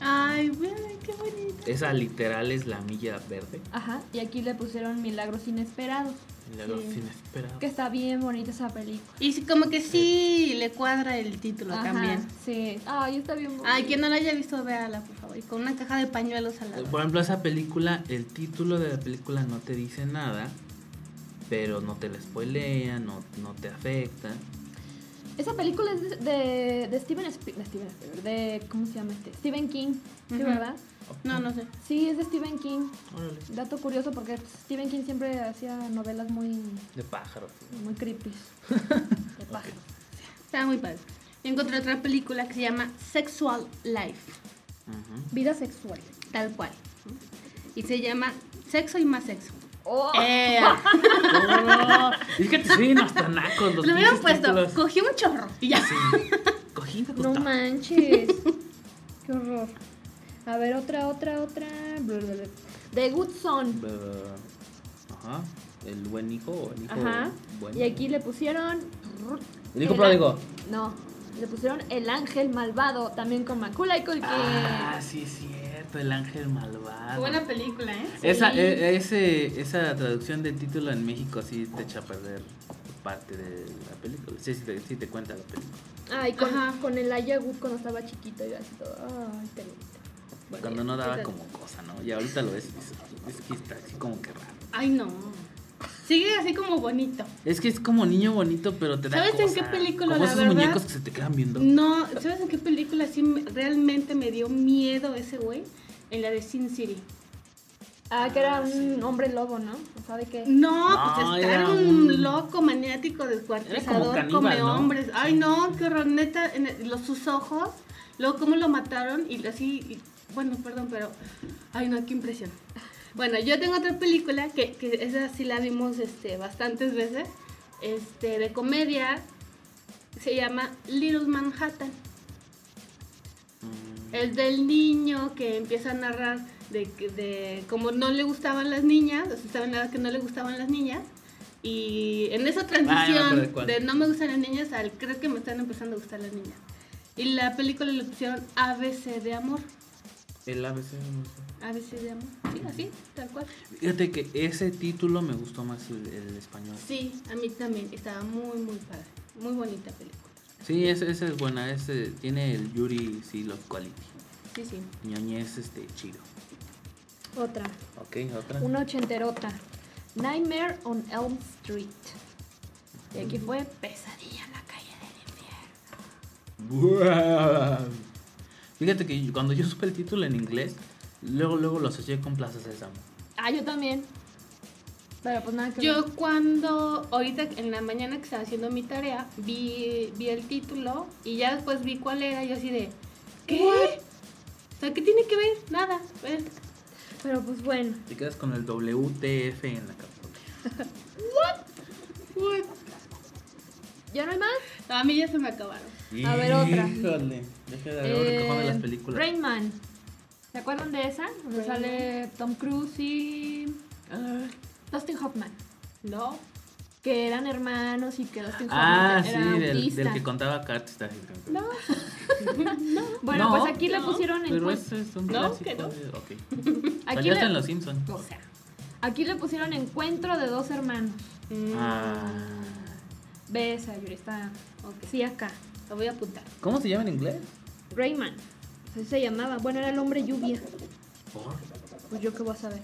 Speaker 6: Ay, güey, qué bonito.
Speaker 5: Esa literal es la milla verde.
Speaker 4: Ajá. Y aquí le pusieron Milagros Inesperados.
Speaker 5: Y luego,
Speaker 6: Sí.
Speaker 5: sin esperar.
Speaker 4: Que está bien bonita esa película.
Speaker 6: Y sí, como que sí le cuadra el título
Speaker 4: Ajá,
Speaker 6: también.
Speaker 4: Sí. Ay, está bien bonita.
Speaker 6: Ay, quien no la haya visto, véala, por favor. Y con una caja de pañuelos al lado.
Speaker 5: Por ejemplo, esa película, el título de la película no te dice nada, pero no te la spoilea, no, no te afecta.
Speaker 4: Esa película es de, de- de Steven Spielberg. De Steven Spielberg. De, ¿Cómo se llama este? Stephen King. Sí,
Speaker 6: Ujú.
Speaker 4: ¿verdad?
Speaker 6: No, no sé.
Speaker 4: Sí, es de Stephen King.
Speaker 5: Órale.
Speaker 4: Dato curioso porque Stephen King siempre hacía novelas muy,
Speaker 5: De pájaro.
Speaker 4: muy creepy. De pájaros.
Speaker 6: Está muy padre. Yo encontré otra película que se llama Sexual Life,
Speaker 5: Ujú.
Speaker 4: Vida sexual.
Speaker 6: tal cual. Y se llama Sexo y más sexo.
Speaker 4: Oh.
Speaker 6: Eh,
Speaker 5: Oh, es que te suben hasta nacos los
Speaker 6: lo hubieran
Speaker 5: pinches
Speaker 6: puesto,
Speaker 5: títulos.
Speaker 6: cogí un chorro y ya.
Speaker 5: Cogiendo
Speaker 4: No
Speaker 5: con ta-
Speaker 4: manches. Qué horror. A ver, otra, otra, otra. Blablabla. The Good Son.
Speaker 5: Eh, Ajá. El buen hijo o el hijo
Speaker 4: Ajá.
Speaker 5: bueno.
Speaker 4: Y aquí le pusieron.
Speaker 5: El hijo
Speaker 4: el-
Speaker 5: pródigo.
Speaker 4: No. Le pusieron El Ángel Malvado. También con Macula y Culkin.
Speaker 5: Ah, sí, es cierto. El ángel malvado.
Speaker 6: Buena película, ¿eh?
Speaker 5: Esa,
Speaker 4: Sí.
Speaker 5: e- ese, esa traducción del título en México sí te echa a perder parte de la película. Sí, sí, te, sí te cuenta la película.
Speaker 4: Ay, con,
Speaker 6: Ajá.
Speaker 4: con el Elijah Wood cuando estaba chiquito y así todo. Ay, qué lindo.
Speaker 5: Cuando no daba
Speaker 6: entonces-
Speaker 5: como cosa, ¿no? Y ahorita lo ves, y dices, es que está así como que raro.
Speaker 6: Ay, no. Sigue así como bonito.
Speaker 5: Es que es como niño bonito, pero te da
Speaker 6: ¿Sabes en
Speaker 5: cosa.
Speaker 6: qué película,
Speaker 5: Como
Speaker 6: la
Speaker 5: esos
Speaker 6: verdad?
Speaker 5: muñecos que se te quedan viendo.
Speaker 6: No, ¿sabes en qué película sí me- realmente me dio miedo ese güey? En la de Sin City.
Speaker 4: Ah, que era un hombre lobo, ¿no? O sea, de qué.
Speaker 6: No,
Speaker 5: No,
Speaker 6: pues
Speaker 5: era
Speaker 6: estar un,
Speaker 5: un-
Speaker 6: loco maniático
Speaker 5: Era como
Speaker 6: descuartizador,
Speaker 5: caníbal,
Speaker 6: come
Speaker 5: ¿no?
Speaker 6: hombres. Ay, no, qué horror, neta, en el- los, sus ojos, luego cómo lo mataron y así, y- bueno, perdón, pero, ay, no, qué impresión. Bueno, yo tengo otra película que, que esa sí la vimos este, bastantes veces, este, de comedia, se llama Little Manhattan. Es del niño que empieza a narrar de, que- de cómo no le gustaban las niñas, o sea, estaba en la edad que no le gustaban las niñas. Y en esa
Speaker 5: Ah, ya me
Speaker 6: transición
Speaker 5: acordé cuál.
Speaker 6: de no me gustan las niñas al creo que me están empezando a gustar las niñas. Y la película le pusieron ABC de amor.
Speaker 5: El ABC. no sé.
Speaker 6: ABC de amor. Sí, así, tal cual.
Speaker 5: Fíjate que ese título me gustó más el, el español.
Speaker 6: Sí, a mí también. Estaba muy, muy padre. Muy bonita película.
Speaker 5: Sí, esa ese es buena. Ese tiene el Yuri sí, Love Quality.
Speaker 6: Sí, sí.
Speaker 5: Ñoñez, este, chido. Mm.
Speaker 4: Otra.
Speaker 5: Ok, otra.
Speaker 4: Una ochenterota. Nightmare on Elm Street. Y aquí fue Pesadilla en la calle del infierno.
Speaker 5: Buah. Fíjate que yo- cuando yo supe el título en inglés, luego luego lo asocié con Plaza Sésamo.
Speaker 4: Ah, yo también. Pero pues nada que ver.
Speaker 6: Yo cuando, ahorita en la mañana que estaba haciendo mi tarea, vi, vi el título y ya después vi cuál era y yo así de, ¿qué? O sea, ¿qué tiene que ver? Nada. eh.
Speaker 4: Pero pues bueno.
Speaker 5: Te quedas con el WTF en la cabeza.
Speaker 4: ¿Ya no hay más?
Speaker 6: No, a mí ya se me acabaron.
Speaker 4: A ver, otra. Eh,
Speaker 5: Híjole, deja de abrir el cajón de las películas.
Speaker 4: Rain Man. ¿Se acuerdan de esa? Donde
Speaker 6: Rain
Speaker 4: sale Tom Cruise y. ah, Dustin Hoffman.
Speaker 6: No.
Speaker 4: Que eran hermanos y que Dustin Hoffman
Speaker 5: Ah, sí,
Speaker 4: era
Speaker 5: del,
Speaker 4: autista.
Speaker 5: del que contaba Cartes. está bien.
Speaker 4: No. Bueno,
Speaker 5: No,
Speaker 4: pues aquí le
Speaker 6: no,
Speaker 4: pusieron el
Speaker 5: Pero
Speaker 4: cuer-
Speaker 5: ese es un
Speaker 6: No,
Speaker 5: clásico
Speaker 6: que no.
Speaker 5: de- Ok.
Speaker 4: Aquí
Speaker 5: Salía hasta en
Speaker 4: le,
Speaker 5: Los Simpsons.
Speaker 4: o sea, aquí le pusieron encuentro de dos hermanos.
Speaker 6: Mm,
Speaker 5: Ah.
Speaker 4: Ves, Yuri, está.
Speaker 6: Ok.
Speaker 4: Sí, acá.
Speaker 6: Lo voy a apuntar.
Speaker 5: ¿Cómo se llama en inglés?
Speaker 4: Rayman. Así se llamaba. Bueno, era el hombre lluvia.
Speaker 5: Por-
Speaker 4: Pues yo qué voy a saber.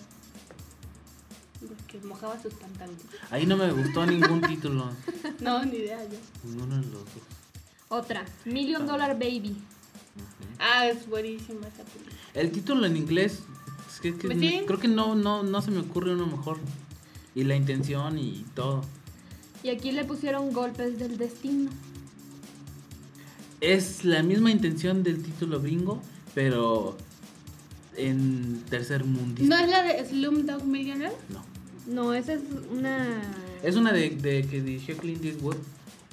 Speaker 6: Porque mojaba sus pantalones.
Speaker 5: Ahí no me gustó ningún título.
Speaker 6: No, ni idea yo.
Speaker 5: Ninguno de los dos.
Speaker 4: Otra. Million Dollar Baby.
Speaker 5: Ujú.
Speaker 6: Ah, es buenísima esa película.
Speaker 5: El título en inglés, es que, que
Speaker 6: Pues sí.
Speaker 5: creo que no, no, no se me ocurre uno mejor. Y la intención y todo.
Speaker 4: Y aquí le pusieron golpes del destino.
Speaker 5: es la misma intención del título gringo, pero en tercer
Speaker 6: ¿No
Speaker 5: mundista.
Speaker 6: es la de Slumdog Millionaire?
Speaker 5: No.
Speaker 4: No, esa es una.
Speaker 5: Es una de, de que dirigió Clint Eastwood,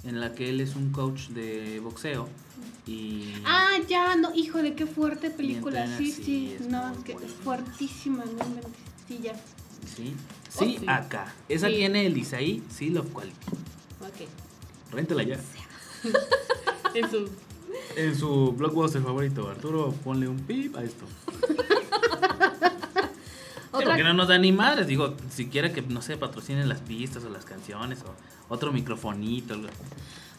Speaker 5: en la que él es un coach de boxeo y
Speaker 6: Ah, ya, no, hijo de qué fuerte película.
Speaker 5: entrena,
Speaker 6: Sí,
Speaker 5: sí,
Speaker 6: sí,
Speaker 5: es
Speaker 6: no,
Speaker 5: muy
Speaker 6: es que
Speaker 5: buena.
Speaker 6: es fuertísima, no inventes. Sí, ya.
Speaker 5: sí, sí,
Speaker 6: sí.
Speaker 5: acá. Esa
Speaker 6: Sí.
Speaker 5: tiene el Isaí Seal of Quality.
Speaker 6: Ok.
Speaker 5: Réntela ya.
Speaker 6: En su-
Speaker 5: En su blockbuster favorito, Arturo, ponle un pip a esto. Sí,
Speaker 4: Otra
Speaker 5: porque no nos dan ni madres, digo, siquiera que, no sé, patrocinen las pistas o las canciones o otro microfonito. algo.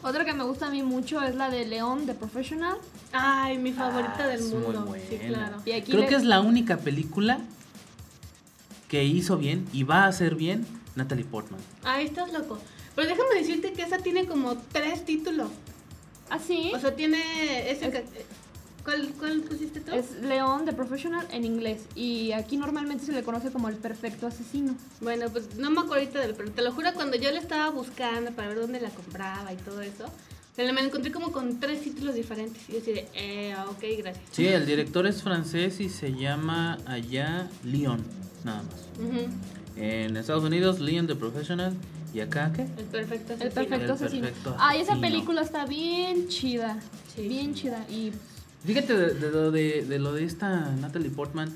Speaker 4: Otra que me gusta a mí mucho es la de León, de Professional.
Speaker 6: Ay, mi favorita
Speaker 5: Ah,
Speaker 6: del
Speaker 5: es muy
Speaker 6: mundo.
Speaker 5: buena.
Speaker 6: Sí, claro.
Speaker 4: Y aquí
Speaker 5: Creo
Speaker 4: le-
Speaker 5: que es la única película que hizo bien y va a hacer bien Natalie Portman.
Speaker 6: Ahí estás loco. Pero déjame decirte que esa tiene como tres títulos.
Speaker 4: Ah, sí.
Speaker 6: O sea, tiene ese... ca- ¿Cuál, ¿Cuál pusiste tú?
Speaker 4: es León, de Professional en inglés. Y aquí normalmente se le conoce como el perfecto asesino.
Speaker 6: Bueno, pues no me acuerdo ahorita del, pero te lo juro, cuando yo la estaba buscando para ver dónde la compraba y todo eso, me la me la encontré como con tres títulos diferentes. Y yo así de, eh, ok, gracias.
Speaker 5: Sí, el director es francés y se llama allá Leon, nada más.
Speaker 6: Ujú,
Speaker 5: En Estados Unidos, Leon the Professional. ¿Y acá qué?
Speaker 6: El perfecto
Speaker 4: El
Speaker 6: asesino.
Speaker 4: perfecto
Speaker 5: El
Speaker 4: asesino.
Speaker 5: perfecto
Speaker 4: Ay, esa
Speaker 5: asesino.
Speaker 4: película está bien chida.
Speaker 6: Sí.
Speaker 4: Bien chida. Y
Speaker 5: Fíjate de, de lo de, de lo de esta Natalie Portman.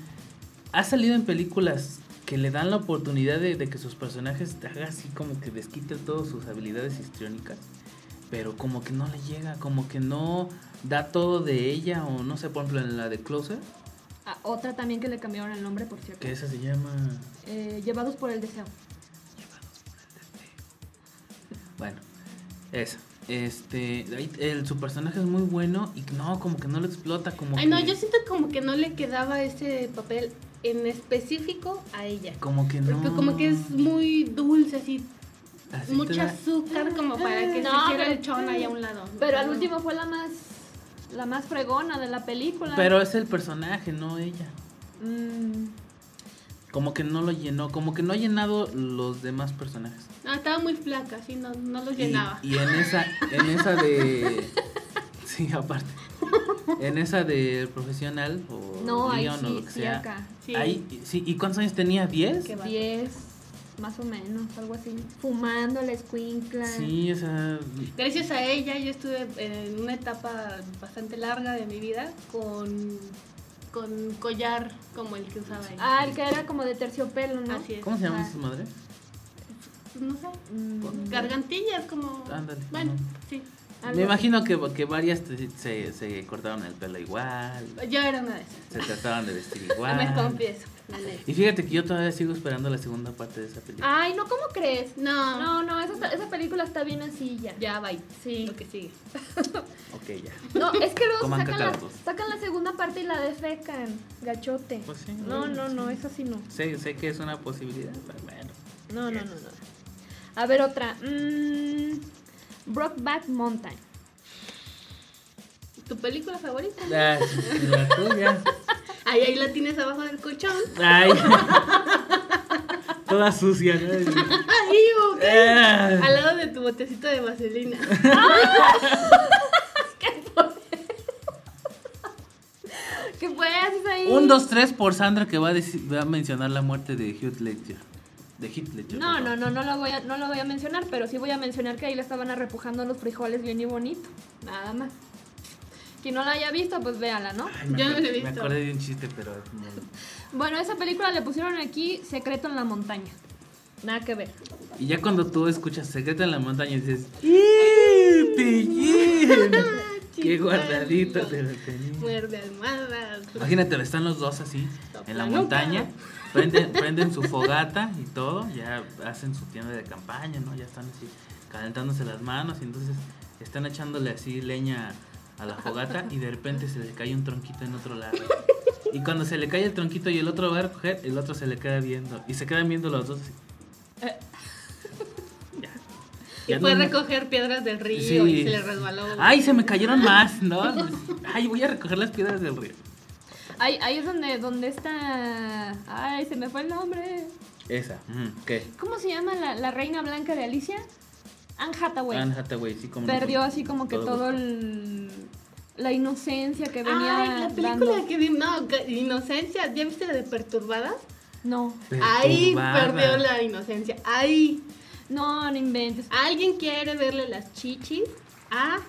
Speaker 5: Ha salido en películas que le dan la oportunidad de, de que sus personajes hagan así como que desquiten todas sus habilidades histriónicas. Pero como que no le llega, como que no da todo de ella. O no sé, por ejemplo, en la de Closer,
Speaker 4: ah, otra también que le cambiaron el nombre, por cierto.
Speaker 5: que esa se llama...
Speaker 4: Eh, Llevados por el deseo.
Speaker 5: Bueno, esa. Este, ahí- el, su personaje es muy bueno y no, como que no lo explota, como
Speaker 6: Ay, no,
Speaker 5: que-
Speaker 6: yo siento como que no le quedaba ese papel en específico a ella.
Speaker 5: Como que no...
Speaker 6: Porque como que es muy dulce, así,
Speaker 5: Así te
Speaker 6: mucho
Speaker 5: da-
Speaker 6: azúcar como para que
Speaker 4: No,
Speaker 6: se quiera
Speaker 4: pero-
Speaker 6: el chon ahí a un lado.
Speaker 4: Pero al
Speaker 6: No.
Speaker 4: último fue la más. La más fregona de la película.
Speaker 5: Pero es el personaje, no ella.
Speaker 4: Mm,
Speaker 5: Como que no lo llenó, como que no ha llenado los demás personajes.
Speaker 6: No, estaba muy flaca, así, no, no lo
Speaker 5: Y-
Speaker 6: llenaba.
Speaker 5: Y, en esa, en esa de. Sí, aparte. En esa de profesional o
Speaker 4: no, ahí
Speaker 5: guión o
Speaker 4: sí,
Speaker 5: lo que
Speaker 4: sí,
Speaker 5: sea.
Speaker 4: acá.
Speaker 6: Sí.
Speaker 5: Ahí, sí, ¿y cuántos años tenía? ¿10?
Speaker 6: Qué va-
Speaker 4: 10, más o menos, algo así. Fumando la escuincla.
Speaker 5: Sí, o sea.
Speaker 6: Gracias a ella yo estuve en una etapa bastante larga de mi vida con, con collar como el que usaba ella.
Speaker 4: Ah, el que era como de terciopelo, ¿no?
Speaker 6: Así es.
Speaker 5: ¿Cómo se llaman
Speaker 4: Ah.
Speaker 5: esas madres?
Speaker 6: Pues, No sé,
Speaker 4: Mm,
Speaker 6: gargantillas como...
Speaker 5: Ándale.
Speaker 6: Bueno,
Speaker 5: Ajá.
Speaker 6: sí.
Speaker 4: algo
Speaker 5: Me
Speaker 4: así.
Speaker 5: imagino que, que varias te- se, se cortaron el pelo igual,
Speaker 6: Yo era una de esas.
Speaker 5: se trataban de vestir igual.
Speaker 6: Me confieso. la neta.
Speaker 5: Y fíjate que yo todavía sigo esperando la segunda parte de esa película.
Speaker 4: Ay, no, ¿cómo crees?
Speaker 6: No,
Speaker 4: No, no, esa, está- esa película está bien así ya.
Speaker 6: Ya, bye.
Speaker 4: Sí.
Speaker 6: Lo que sigue.
Speaker 5: Ok, ya.
Speaker 4: No, es que luego
Speaker 5: Coman
Speaker 4: sacan la,
Speaker 5: cacahuates.
Speaker 4: sacan la segunda parte y la defecan. Gachote.
Speaker 5: Pues sí.
Speaker 4: No, no, no, eso sí no.
Speaker 5: Sé, sé que es una posibilidad, pero bueno.
Speaker 4: No, no, no, no. A ver, otra. Mm, Brockback Mountain.
Speaker 6: ¿Tu película favorita?
Speaker 5: Ay, la tuya.
Speaker 6: Ahí, ahí la tienes abajo del colchón.
Speaker 5: Ay. Toda sucia, ¿no?
Speaker 6: Ahí, ok.
Speaker 5: Eh.
Speaker 6: Al lado de tu botecito de vaselina.
Speaker 4: ¿Qué fue? ¿Haces ahí?
Speaker 5: Un, dos, tres por Sandra que va a, deci- va a mencionar la muerte de Heath Ledger. De Heath Ledger.
Speaker 4: No, no,
Speaker 5: perdón.
Speaker 4: no, no lo, voy a, no lo voy a mencionar, pero sí voy a mencionar que ahí le estaban arrepujando los frijoles bien y bonito. Nada más. Quien no la haya visto, pues véala, ¿no?
Speaker 5: Ay, me
Speaker 6: Yo no
Speaker 5: acordé-
Speaker 6: lo he
Speaker 5: Me
Speaker 6: visto.
Speaker 5: acordé de un chiste, pero es muy-
Speaker 4: Bueno, esa película le pusieron aquí Secreto en la montaña. Nada que ver.
Speaker 5: Y ya cuando tú escuchas Secreto en la montaña dices, "Ih, pillín". ¡Qué
Speaker 6: Chicuelo.
Speaker 5: guardadito te lo tenía!
Speaker 6: Muerde almohadas.
Speaker 5: Imagínate, están los dos así, en la
Speaker 6: Soplanuca.
Speaker 5: montaña, prenden, prenden su fogata y todo, ya hacen su tienda de campaña, ¿no? Ya están así calentándose las manos y entonces están echándole así leña a la fogata y de repente se le cae un tronquito en otro lado. Y cuando se le cae el tronquito y el otro va a recoger, el otro se le queda viendo. Y se quedan viendo los dos así. Ya.
Speaker 6: Eh. Y
Speaker 5: Ya
Speaker 6: fue
Speaker 5: no-
Speaker 6: a recoger piedras del río
Speaker 5: Sí.
Speaker 6: y se le resbaló.
Speaker 5: Ay, se me cayeron más, ¿no? Ay, voy a recoger las piedras del río.
Speaker 4: Ahí, ahí es donde, donde está... Ay, se me fue el nombre.
Speaker 5: Esa. Ujú, ¿Qué?
Speaker 4: ¿Cómo se llama la, la reina blanca de Alicia? Anne Hathaway.
Speaker 7: Ah,
Speaker 5: Anne Hathaway, sí, como no.
Speaker 4: Perdió así como que
Speaker 5: Todo
Speaker 4: todo
Speaker 5: gusto.
Speaker 4: el... La inocencia que venía
Speaker 6: Ay, la película
Speaker 4: dando.
Speaker 6: que vi, no, que- Inocencia, ¿ya viste la de Perturbadas?
Speaker 4: No,
Speaker 6: Ahí
Speaker 5: Perturbada.
Speaker 6: perdió la inocencia, ahí.
Speaker 4: no, no inventes.
Speaker 6: ¿Alguien quiere verle las chichis? Ah,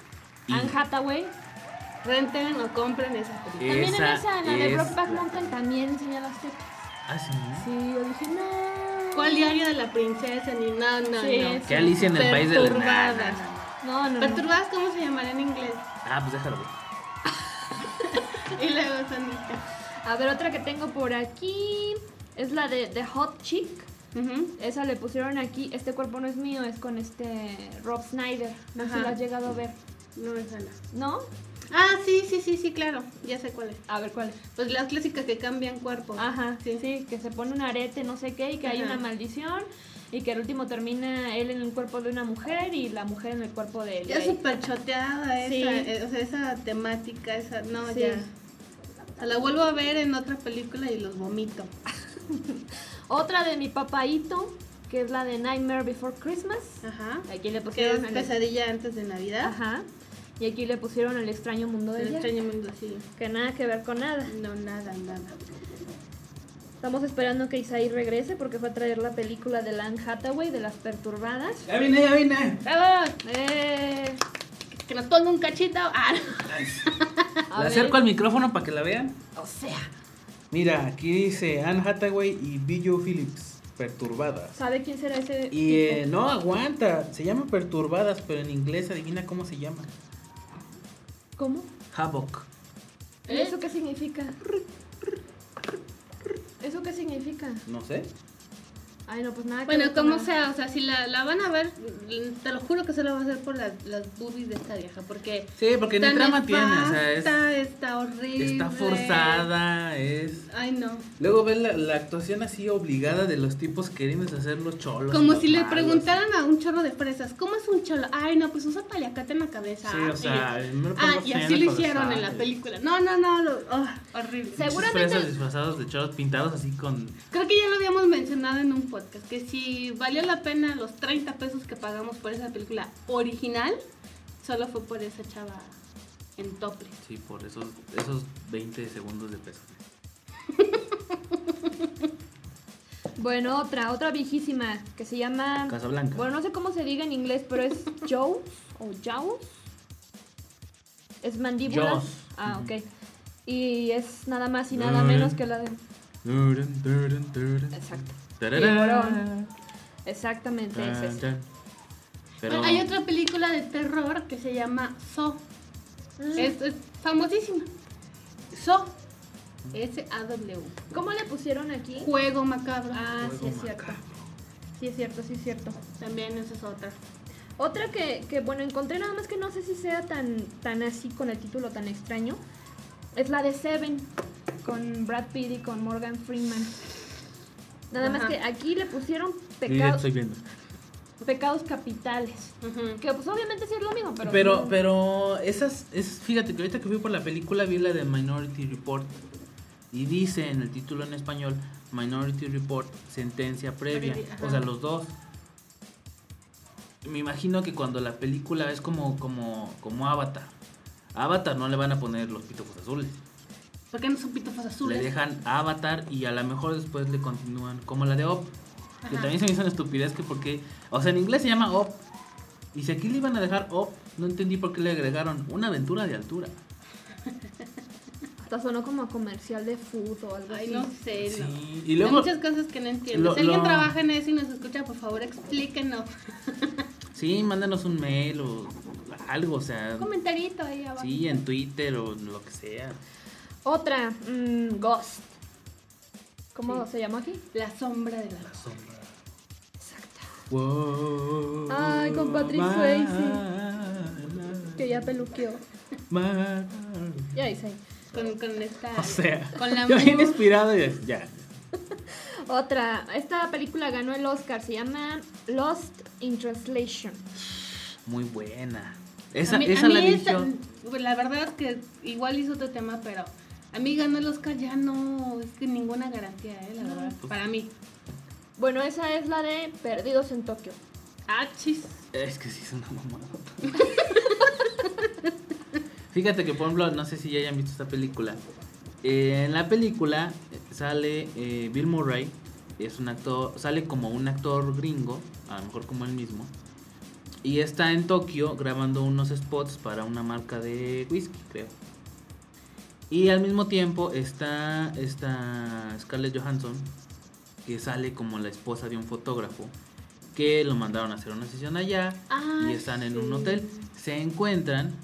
Speaker 5: Y-
Speaker 4: Anne Hathaway.
Speaker 6: renten o compren esa película.
Speaker 4: También en
Speaker 5: Esa
Speaker 4: esa, en la de
Speaker 5: es
Speaker 4: Brokeback
Speaker 5: la-
Speaker 4: Mountain, también enseña las tetas.
Speaker 5: Ah, sí.
Speaker 4: Sí, yo dije, no.
Speaker 6: ¿Cuál diario de la princesa? Ni no, no,
Speaker 4: Sí,
Speaker 6: no.
Speaker 4: sí.
Speaker 5: Que Alicia en el país de las
Speaker 6: Perturbadas.
Speaker 5: nanas.
Speaker 4: No, no, no.
Speaker 6: Perturbadas, ¿cómo se llamaría en inglés?
Speaker 5: Ah, pues déjalo. güey.
Speaker 6: Y luego Sandita.
Speaker 4: A ver, otra que tengo por aquí es la de The Hot Chick.
Speaker 6: Ujú.
Speaker 4: Esa le pusieron aquí, este cuerpo no es mío, es con este Rob Snyder. No sé si
Speaker 6: Ajá.
Speaker 4: lo has llegado a ver.
Speaker 6: No me suena.
Speaker 4: ¿No?
Speaker 6: Ah, sí, sí, sí, sí, claro. Ya sé cuál es.
Speaker 4: A ver cuál.
Speaker 6: Pues las clásicas que cambian cuerpo.
Speaker 4: Ajá, sí, sí, que se pone un arete, no sé qué, y que hay
Speaker 6: Ajá.
Speaker 4: una maldición, y que al último termina él en el cuerpo de una mujer y la mujer en el cuerpo de él.
Speaker 6: Ya súper choteada esa,
Speaker 4: Sí.
Speaker 6: eh, o sea, esa temática, esa, no,
Speaker 4: Sí.
Speaker 6: ya. O sea, la vuelvo a ver en otra película y los vomito.
Speaker 4: Otra de mi papaito, que es la de Nightmare Before Christmas.
Speaker 6: Ajá.
Speaker 4: Aquí le
Speaker 6: Ah. Que es
Speaker 4: pusieron el...
Speaker 6: pesadilla antes de Navidad.
Speaker 4: Ajá. Y aquí le pusieron el extraño mundo de
Speaker 6: El
Speaker 4: Jack,
Speaker 6: extraño mundo, sí.
Speaker 4: que nada que ver con nada.
Speaker 6: No, nada, nada.
Speaker 4: Estamos esperando que Isaí regrese porque fue a traer la película de Lan Hathaway de las perturbadas.
Speaker 5: Ya vine, ya vine.
Speaker 4: ¡Bravo! ¡Eh!
Speaker 6: Que nos ponga un cachito. Ah, no.
Speaker 5: Le
Speaker 4: A ver.
Speaker 5: acerco al micrófono para que la vean.
Speaker 4: O sea,
Speaker 7: Mira, aquí dice Anne Hathaway y Billo Phillips, perturbadas.
Speaker 4: ¿sabe quién será ese?
Speaker 7: Y
Speaker 4: tipo?
Speaker 7: eh, no, aguanta, se llama perturbadas, pero en inglés adivina cómo se llama.
Speaker 4: ¿Cómo?
Speaker 5: Havoc.
Speaker 4: ¿Y eso qué significa? ¿Eso qué significa?
Speaker 7: No sé.
Speaker 4: Ay, no, pues nada. que
Speaker 6: Bueno,
Speaker 4: ver
Speaker 6: como
Speaker 4: con nada.
Speaker 6: sea, o sea, si la, la van a ver, te lo juro que se la va a hacer por las, las boobies de esta vieja, porque
Speaker 5: Sí, porque ni
Speaker 6: tan
Speaker 5: trama tiene, o sea, es-
Speaker 6: nefasta, está horrible.
Speaker 5: está forzada, es...
Speaker 6: Ay, no.
Speaker 5: Luego ves la, la actuación así obligada de los tipos queriendo hacer los cholos.
Speaker 6: Como
Speaker 5: los
Speaker 6: si le
Speaker 5: malos.
Speaker 6: preguntaran a un chorro de fresas, ¿cómo es un cholo? Ay, no, pues usa paliacate en la cabeza.
Speaker 5: Sí, o sea,
Speaker 6: Y-
Speaker 5: me lo pongo
Speaker 6: ah, y
Speaker 5: feo
Speaker 6: así lo
Speaker 5: cuando
Speaker 6: hicieron en la
Speaker 5: sale.
Speaker 6: película. No, no, no, lo- oh, horrible.
Speaker 4: Se-
Speaker 5: Muchos
Speaker 4: Seguramente-
Speaker 5: presos disfrazados de cholos pintados así con...
Speaker 6: Creo que ya lo habíamos mencionado en un podcast, que si valió la pena los 30 pesos que pagamos por esa película original, solo fue por esa chava en tople.
Speaker 5: Sí, por esos, esos 20 segundos de peso.
Speaker 4: Bueno, otra, otra viejísima que se llama.
Speaker 5: Casablanca.
Speaker 4: Bueno, no sé cómo se diga en inglés, pero es Joe o Jaws. Es mandíbula.
Speaker 5: Jaws.
Speaker 4: Ah,
Speaker 5: Ujú. Mm.
Speaker 4: ok. Y es nada más y nada menos que la de.
Speaker 5: Durun, durun, durun.
Speaker 4: Exacto.
Speaker 5: Tararán.
Speaker 4: Exactamente, es
Speaker 5: Tan,
Speaker 4: esa.
Speaker 5: tan. Pero
Speaker 6: Bueno, hay otra película de terror que se llama So. Es, es famosísima. So. S-A-W.
Speaker 4: ¿Cómo le pusieron aquí?
Speaker 6: Juego macabro.
Speaker 4: Ah, sí es cierto. Sí es cierto, sí es cierto.
Speaker 6: También esa es otra.
Speaker 4: Otra que, que, bueno, encontré nada más que no sé si sea tan, tan así con el título tan extraño. Es la de Seven, con Brad Pitt y con Morgan Freeman. Nada más
Speaker 6: Ajá.
Speaker 4: que aquí le pusieron
Speaker 5: Yo ya te
Speaker 4: pecados,
Speaker 5: estoy viendo.
Speaker 4: pecados capitales.
Speaker 6: Ujú.
Speaker 4: Que pues obviamente sí es lo mismo, pero...
Speaker 5: Pero,
Speaker 4: no-
Speaker 5: pero esas, es, fíjate que ahorita que fui por la película vi la de Minority Report y dice en el título en español Minority Report sentencia previa,
Speaker 6: Previa, ajá.
Speaker 5: o sea los dos. Me imagino que cuando la película es como, como, como Avatar, a Avatar no le van a poner los pitufos azules,
Speaker 6: ¿Por qué no son pitufos azules?
Speaker 5: le dejan Avatar y a lo mejor después le continúan como la de Op, que
Speaker 6: Ajá.
Speaker 5: también se me hizo una estupidez que porque, o sea en inglés se llama Op y si aquí le iban a dejar Op, no entendí por qué le agregaron una aventura de altura.
Speaker 4: Hasta sonó como a comercial de food o algo así.
Speaker 6: Ay, no sé, no.
Speaker 5: Sí, y
Speaker 6: Hay
Speaker 5: luego,
Speaker 6: muchas cosas que no entiendo.
Speaker 5: lo-
Speaker 6: si alguien
Speaker 5: lo-
Speaker 6: trabaja en eso y nos escucha, por favor, explíquenos.
Speaker 5: sí, mándanos un mail o algo, o sea,
Speaker 6: Un comentarito ahí abajo.
Speaker 5: sí, en Twitter o lo que sea.
Speaker 4: Otra, mm, Ghost. ¿Cómo se llamó aquí?
Speaker 6: La sombra de la luz.
Speaker 4: Exacto.
Speaker 5: Wow,
Speaker 4: Ay, con Patrick
Speaker 5: my
Speaker 4: Swayze. Que ya peluqueó.
Speaker 5: my-
Speaker 4: Ya dice. ahí.
Speaker 6: Con, con esta.
Speaker 5: O sea,
Speaker 6: con la
Speaker 5: yo bien
Speaker 6: mano.
Speaker 5: inspirado y es- ya.
Speaker 4: Otra, esta película ganó el Oscar, se llama Lost in Translation.
Speaker 5: Muy buena. Esa,
Speaker 6: a mí,
Speaker 5: esa
Speaker 6: a
Speaker 5: la
Speaker 6: mí esa-
Speaker 5: dirigió.
Speaker 6: pues, la verdad que igual hizo otro tema, pero a mí ganó el Oscar ya no es que ninguna garantía, eh, la verdad.
Speaker 5: pues.
Speaker 6: Para mí.
Speaker 4: Bueno, esa es la de Perdidos en Tokio.
Speaker 6: Ah, chis.
Speaker 5: Es que sí es una mamada. Fíjate que, por ejemplo, no sé si ya hayan visto esta película. Eh, en la película eh, sale eh, Bill Murray, es un actor, sale como un actor gringo, a lo mejor como él mismo, y está en Tokio grabando unos spots para una marca de whisky, creo. Y al mismo tiempo está, está Scarlett Johansson, que sale como la esposa de un fotógrafo, que lo mandaron a hacer una sesión allá
Speaker 6: Ah,
Speaker 5: y están en
Speaker 6: sí.
Speaker 5: un hotel. Se encuentran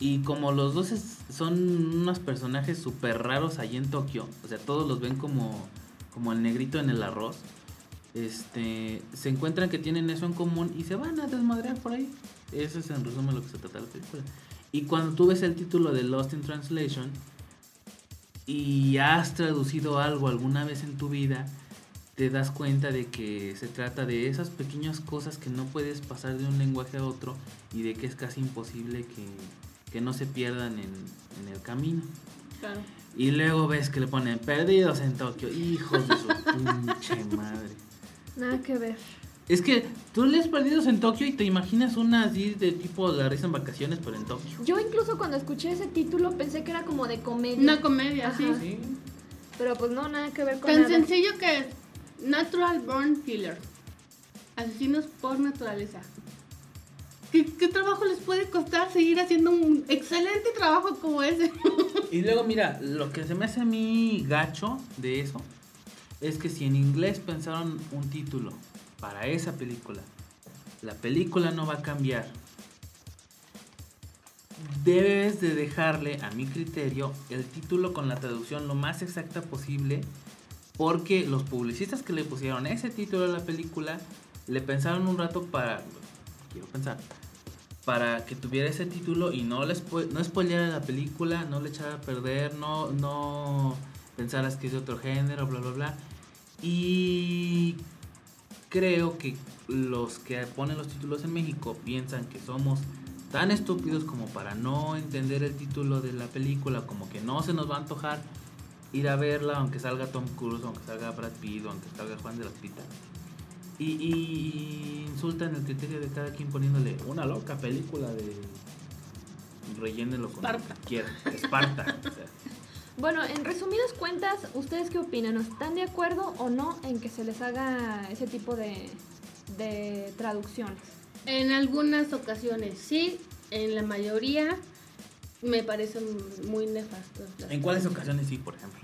Speaker 5: y como los dos es- son unos personajes súper raros allí en Tokio, o sea, todos los ven como, como el negrito en el arroz, este, se encuentran que tienen eso en común y se van a desmadrear por ahí. Eso es en resumen lo que se trata la película. Y cuando tú ves el título de Lost in Translation y has traducido algo alguna vez en tu vida, te das cuenta de que se trata de esas pequeñas cosas que no puedes pasar de un lenguaje a otro y de que es casi imposible que, que no se pierdan en, en el camino.
Speaker 6: Claro.
Speaker 5: Y luego ves que le ponen perdidos en Tokio. Hijos de su pinche madre.
Speaker 4: Nada que ver.
Speaker 5: Es que tú lees perdidos en Tokio y te imaginas una así de tipo la risa en vacaciones, pero en Tokio.
Speaker 4: Yo incluso cuando escuché ese título pensé que era como de comedia.
Speaker 6: Una comedia,
Speaker 4: Ajá.
Speaker 6: sí.
Speaker 7: Sí.
Speaker 4: Pero pues no, nada que ver con
Speaker 6: Tan
Speaker 4: nada.
Speaker 6: sencillo que es Natural Born Killer. Asesinos por naturaleza. ¿Qué, qué trabajo les puede costar seguir haciendo un excelente trabajo como ese?
Speaker 5: Y luego mira, lo que se me hace a mí gacho de eso es que si en inglés pensaron un título para esa película, la película no va a cambiar. Debes de dejarle a mi criterio el título con la traducción lo más exacta posible porque los publicistas que le pusieron ese título a la película le pensaron un rato para quiero pensar para que tuviera ese título y no le spo- no spoileara la película, no le echara a perder, no no pensaras que es de otro género, bla bla bla. Y creo que los que ponen los títulos en México piensan que somos tan estúpidos como para no entender el título de la película, como que no se nos va a antojar ir a verla, aunque salga Tom Cruise, aunque salga Brad Pitt, aunque salga Juan de la Pita. Y, y- y insultan el criterio de cada quien poniéndole una loca película de. Rellénenlo con lo
Speaker 6: Esparta.
Speaker 5: que quieran. Esparta. o sea.
Speaker 4: Bueno, en resumidas cuentas, ¿ustedes qué opinan? ¿Están de acuerdo o no en que se les haga ese tipo de, de traducciones?
Speaker 6: En algunas ocasiones sí, en la mayoría me parecen muy nefastos. las-
Speaker 5: ¿En cuáles ocasiones sí, por ejemplo?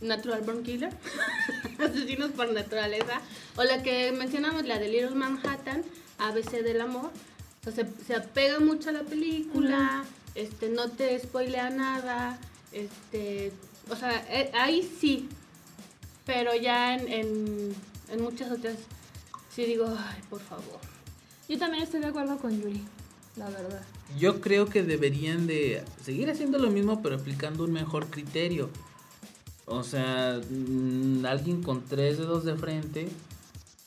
Speaker 6: Natural Born Killer, Asesinos por Naturaleza, o la que mencionamos, la de Little Manhattan, ABC del Amor. O sea, se, se apega mucho a la película, este, no te spoilea nada, este, o sea, eh, ahí sí, pero ya en, en, en muchas otras sí digo, ay, por favor.
Speaker 4: Yo también estoy de acuerdo con Yuri, la verdad.
Speaker 5: Yo creo que deberían de seguir haciendo lo mismo, pero aplicando un mejor criterio. O sea, mm, alguien con tres dedos de frente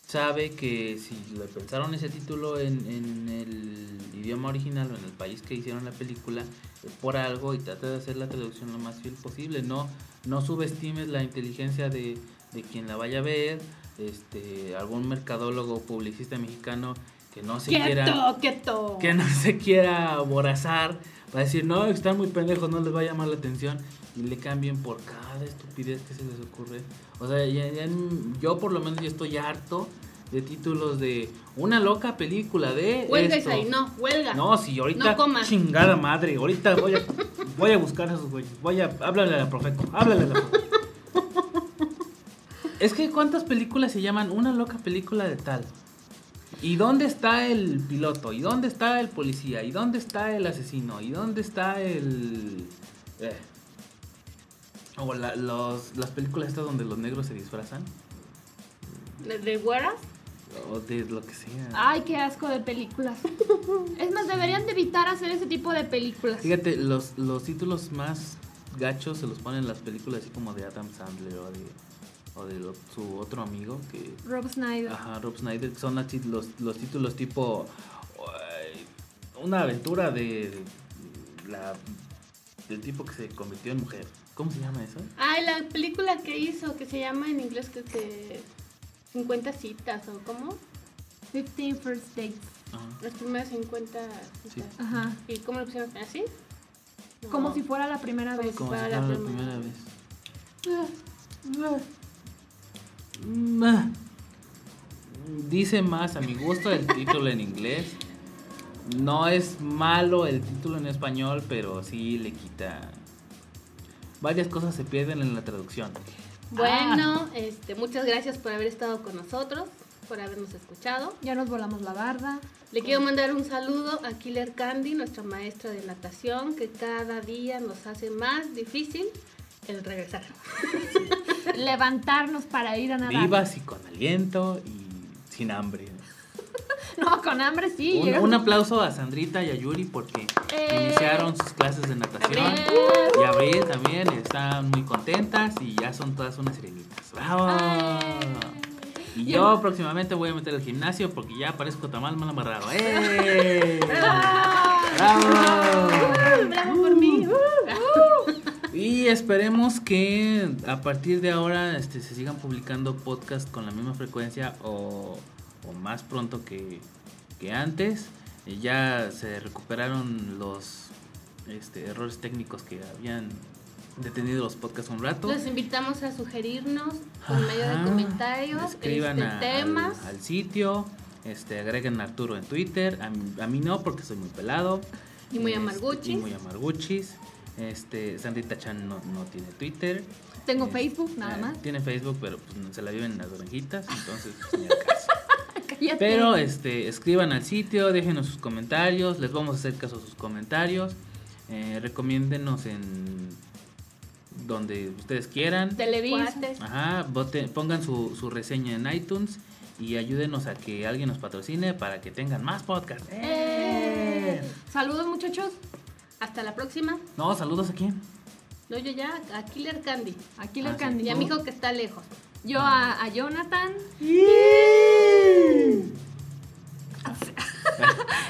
Speaker 5: sabe que si le pensaron ese título en, en el idioma original o en el país que hicieron la película, es por algo y trata de hacer la traducción lo más fiel posible. No, no subestimes la inteligencia de, de quien la vaya a ver. Este, algún mercadólogo publicista mexicano que no se quiera
Speaker 6: ¡Quieto, quieto!
Speaker 5: que no se quiera aborazar para decir, no, están muy pendejos, no les va a llamar la atención y le cambien por cada estupidez que se les ocurre. O sea, ya- ya en- yo por lo menos ya estoy harto de títulos de una loca película de...
Speaker 6: Huelga,
Speaker 5: esto".
Speaker 6: Isaí, no, huelga.
Speaker 5: No, sí, ahorita
Speaker 6: No comas.
Speaker 5: chingada madre, ahorita voy a, voy a buscar a esos güeyes, voy a, háblale a la profeco, háblale a la Profeco. Es que cuántas películas se llaman una loca película de tal. ¿Y dónde está el piloto? ¿Y dónde está el policía? ¿Y dónde está el asesino? ¿Y dónde está el... eh? O la- los- las películas estas donde los negros se disfrazan?
Speaker 6: ¿De, de güeras?
Speaker 5: O de lo que sea.
Speaker 4: Ay, qué asco de películas. Es más, deberían de evitar hacer ese tipo de películas.
Speaker 5: Fíjate, los, los títulos más gachos se los ponen las películas así como de Adam Sandler o de, o de lo- su otro amigo que...
Speaker 4: Rob Snyder.
Speaker 5: Ajá, Rob Snyder, que son así los, los títulos tipo... ay, Una aventura de la, del tipo que se convirtió en mujer. ¿Cómo se llama eso?
Speaker 6: Ah, la película que hizo, que se llama en inglés creo que 50 citas o cómo?
Speaker 4: 15 First Dates.
Speaker 5: Ajá.
Speaker 6: Las primeras 50 citas.
Speaker 5: Sí.
Speaker 4: Ajá.
Speaker 6: ¿Y cómo lo pusieron? ¿Así?
Speaker 4: Como si fuera la primera vez.
Speaker 5: Como si
Speaker 6: Para
Speaker 5: fuera
Speaker 6: la
Speaker 5: la
Speaker 6: primera
Speaker 5: primera vez.
Speaker 4: Ah, ah.
Speaker 5: Mm, ah. Dice más a mi gusto el título en inglés. No es malo el título en español, pero sí le quita. Varias cosas se pierden en la traducción.
Speaker 4: Ah.
Speaker 6: Bueno, este, muchas gracias por haber estado con nosotros, por habernos escuchado.
Speaker 4: Ya nos volamos la barda.
Speaker 6: Le quiero mandar un saludo a Killer Candy, nuestra maestra de natación, que cada día nos hace más difícil el regresar.
Speaker 4: Levantarnos para ir a nadar.
Speaker 5: Vivas y con aliento y sin hambre.
Speaker 4: No, con hambre sí.
Speaker 5: Un,
Speaker 4: llegas-
Speaker 5: un aplauso a Sandrita y a Yuri porque
Speaker 4: Eh.
Speaker 5: iniciaron sus clases de natación.
Speaker 6: Abril.
Speaker 5: Y Abril también están muy contentas y ya son todas unas sirenitas. ¡Bravo! Y yo próximamente voy a meter al gimnasio porque ya parezco tamal mal amarrado. ¡Eh! ¡Bravo!
Speaker 6: Bravo por
Speaker 4: Uh.
Speaker 6: mí.
Speaker 5: Y esperemos que a partir de ahora este, se sigan publicando podcasts con la misma frecuencia o, o más pronto que, que antes. Y Ya se recuperaron los este, errores técnicos que habían detenido los podcasts un rato.
Speaker 6: Los invitamos a sugerirnos por medio de
Speaker 5: Ajá.
Speaker 6: comentarios,
Speaker 5: Escriban
Speaker 6: este,
Speaker 5: a-
Speaker 6: temas.
Speaker 5: Al, al sitio, este, agreguen a Arturo en Twitter, a, mí- a mí no porque soy muy pelado.
Speaker 6: Y muy
Speaker 5: Este,
Speaker 6: amarguchis.
Speaker 5: Y muy amarguchis. Este, Sandrita Chan no, no tiene Twitter.
Speaker 4: Tengo
Speaker 5: Eh,
Speaker 4: Facebook, nada
Speaker 5: eh,
Speaker 4: más.
Speaker 5: Tiene Facebook, pero pues, no se la viven en las oranjitas, entonces pues, ni al caso.
Speaker 4: Cállate.
Speaker 5: Pero este, escriban al sitio, déjenos sus comentarios, les vamos a hacer caso a sus comentarios. Eh, recomiéndenos en donde ustedes quieran.
Speaker 4: Televisa.
Speaker 6: Cuates.
Speaker 5: Ajá, voten- pongan su, su reseña en iTunes y ayúdenos a que alguien nos patrocine para que tengan más podcast. ¡Eh!
Speaker 4: Saludos, muchachos.
Speaker 6: Hasta la próxima.
Speaker 5: No, saludos aquí.
Speaker 6: No, yo ya a Killer Candy.
Speaker 4: Aquí
Speaker 5: Ah,
Speaker 4: la
Speaker 5: sí.
Speaker 6: Y
Speaker 4: Candy.
Speaker 6: a mi hijo que está lejos.
Speaker 4: Yo a, a Jonathan.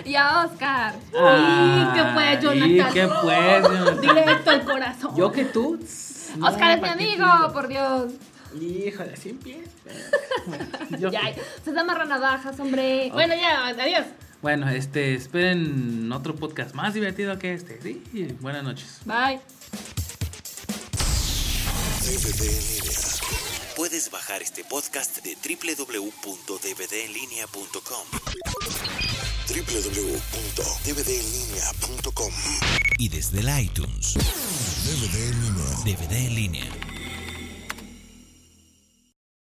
Speaker 4: y a Oscar.
Speaker 6: ¿qué fue,
Speaker 5: Ay,
Speaker 6: Jonathan?
Speaker 5: Ah, ¿Qué fue, Jonathan?
Speaker 6: Directo al corazón.
Speaker 5: Yo que tú. No,
Speaker 4: Oscar es
Speaker 5: ¿pa' qué
Speaker 4: mi
Speaker 5: te
Speaker 4: amigo,
Speaker 5: digo?
Speaker 4: por Dios.
Speaker 5: Híjole, así empieza. Yo-
Speaker 4: Ya, se da amarra navajas, hombre.
Speaker 6: Bueno, ya, adiós.
Speaker 5: Bueno, este, esperen otro podcast más divertido que este. Sí, buenas noches.
Speaker 4: Bye.
Speaker 3: DVD en línea.
Speaker 1: Puedes bajar este podcast de www.dvdenlinea.com.
Speaker 3: www.dvdenlinea.com
Speaker 2: y desde el iTunes.
Speaker 3: DVD en línea.
Speaker 2: DVD en línea.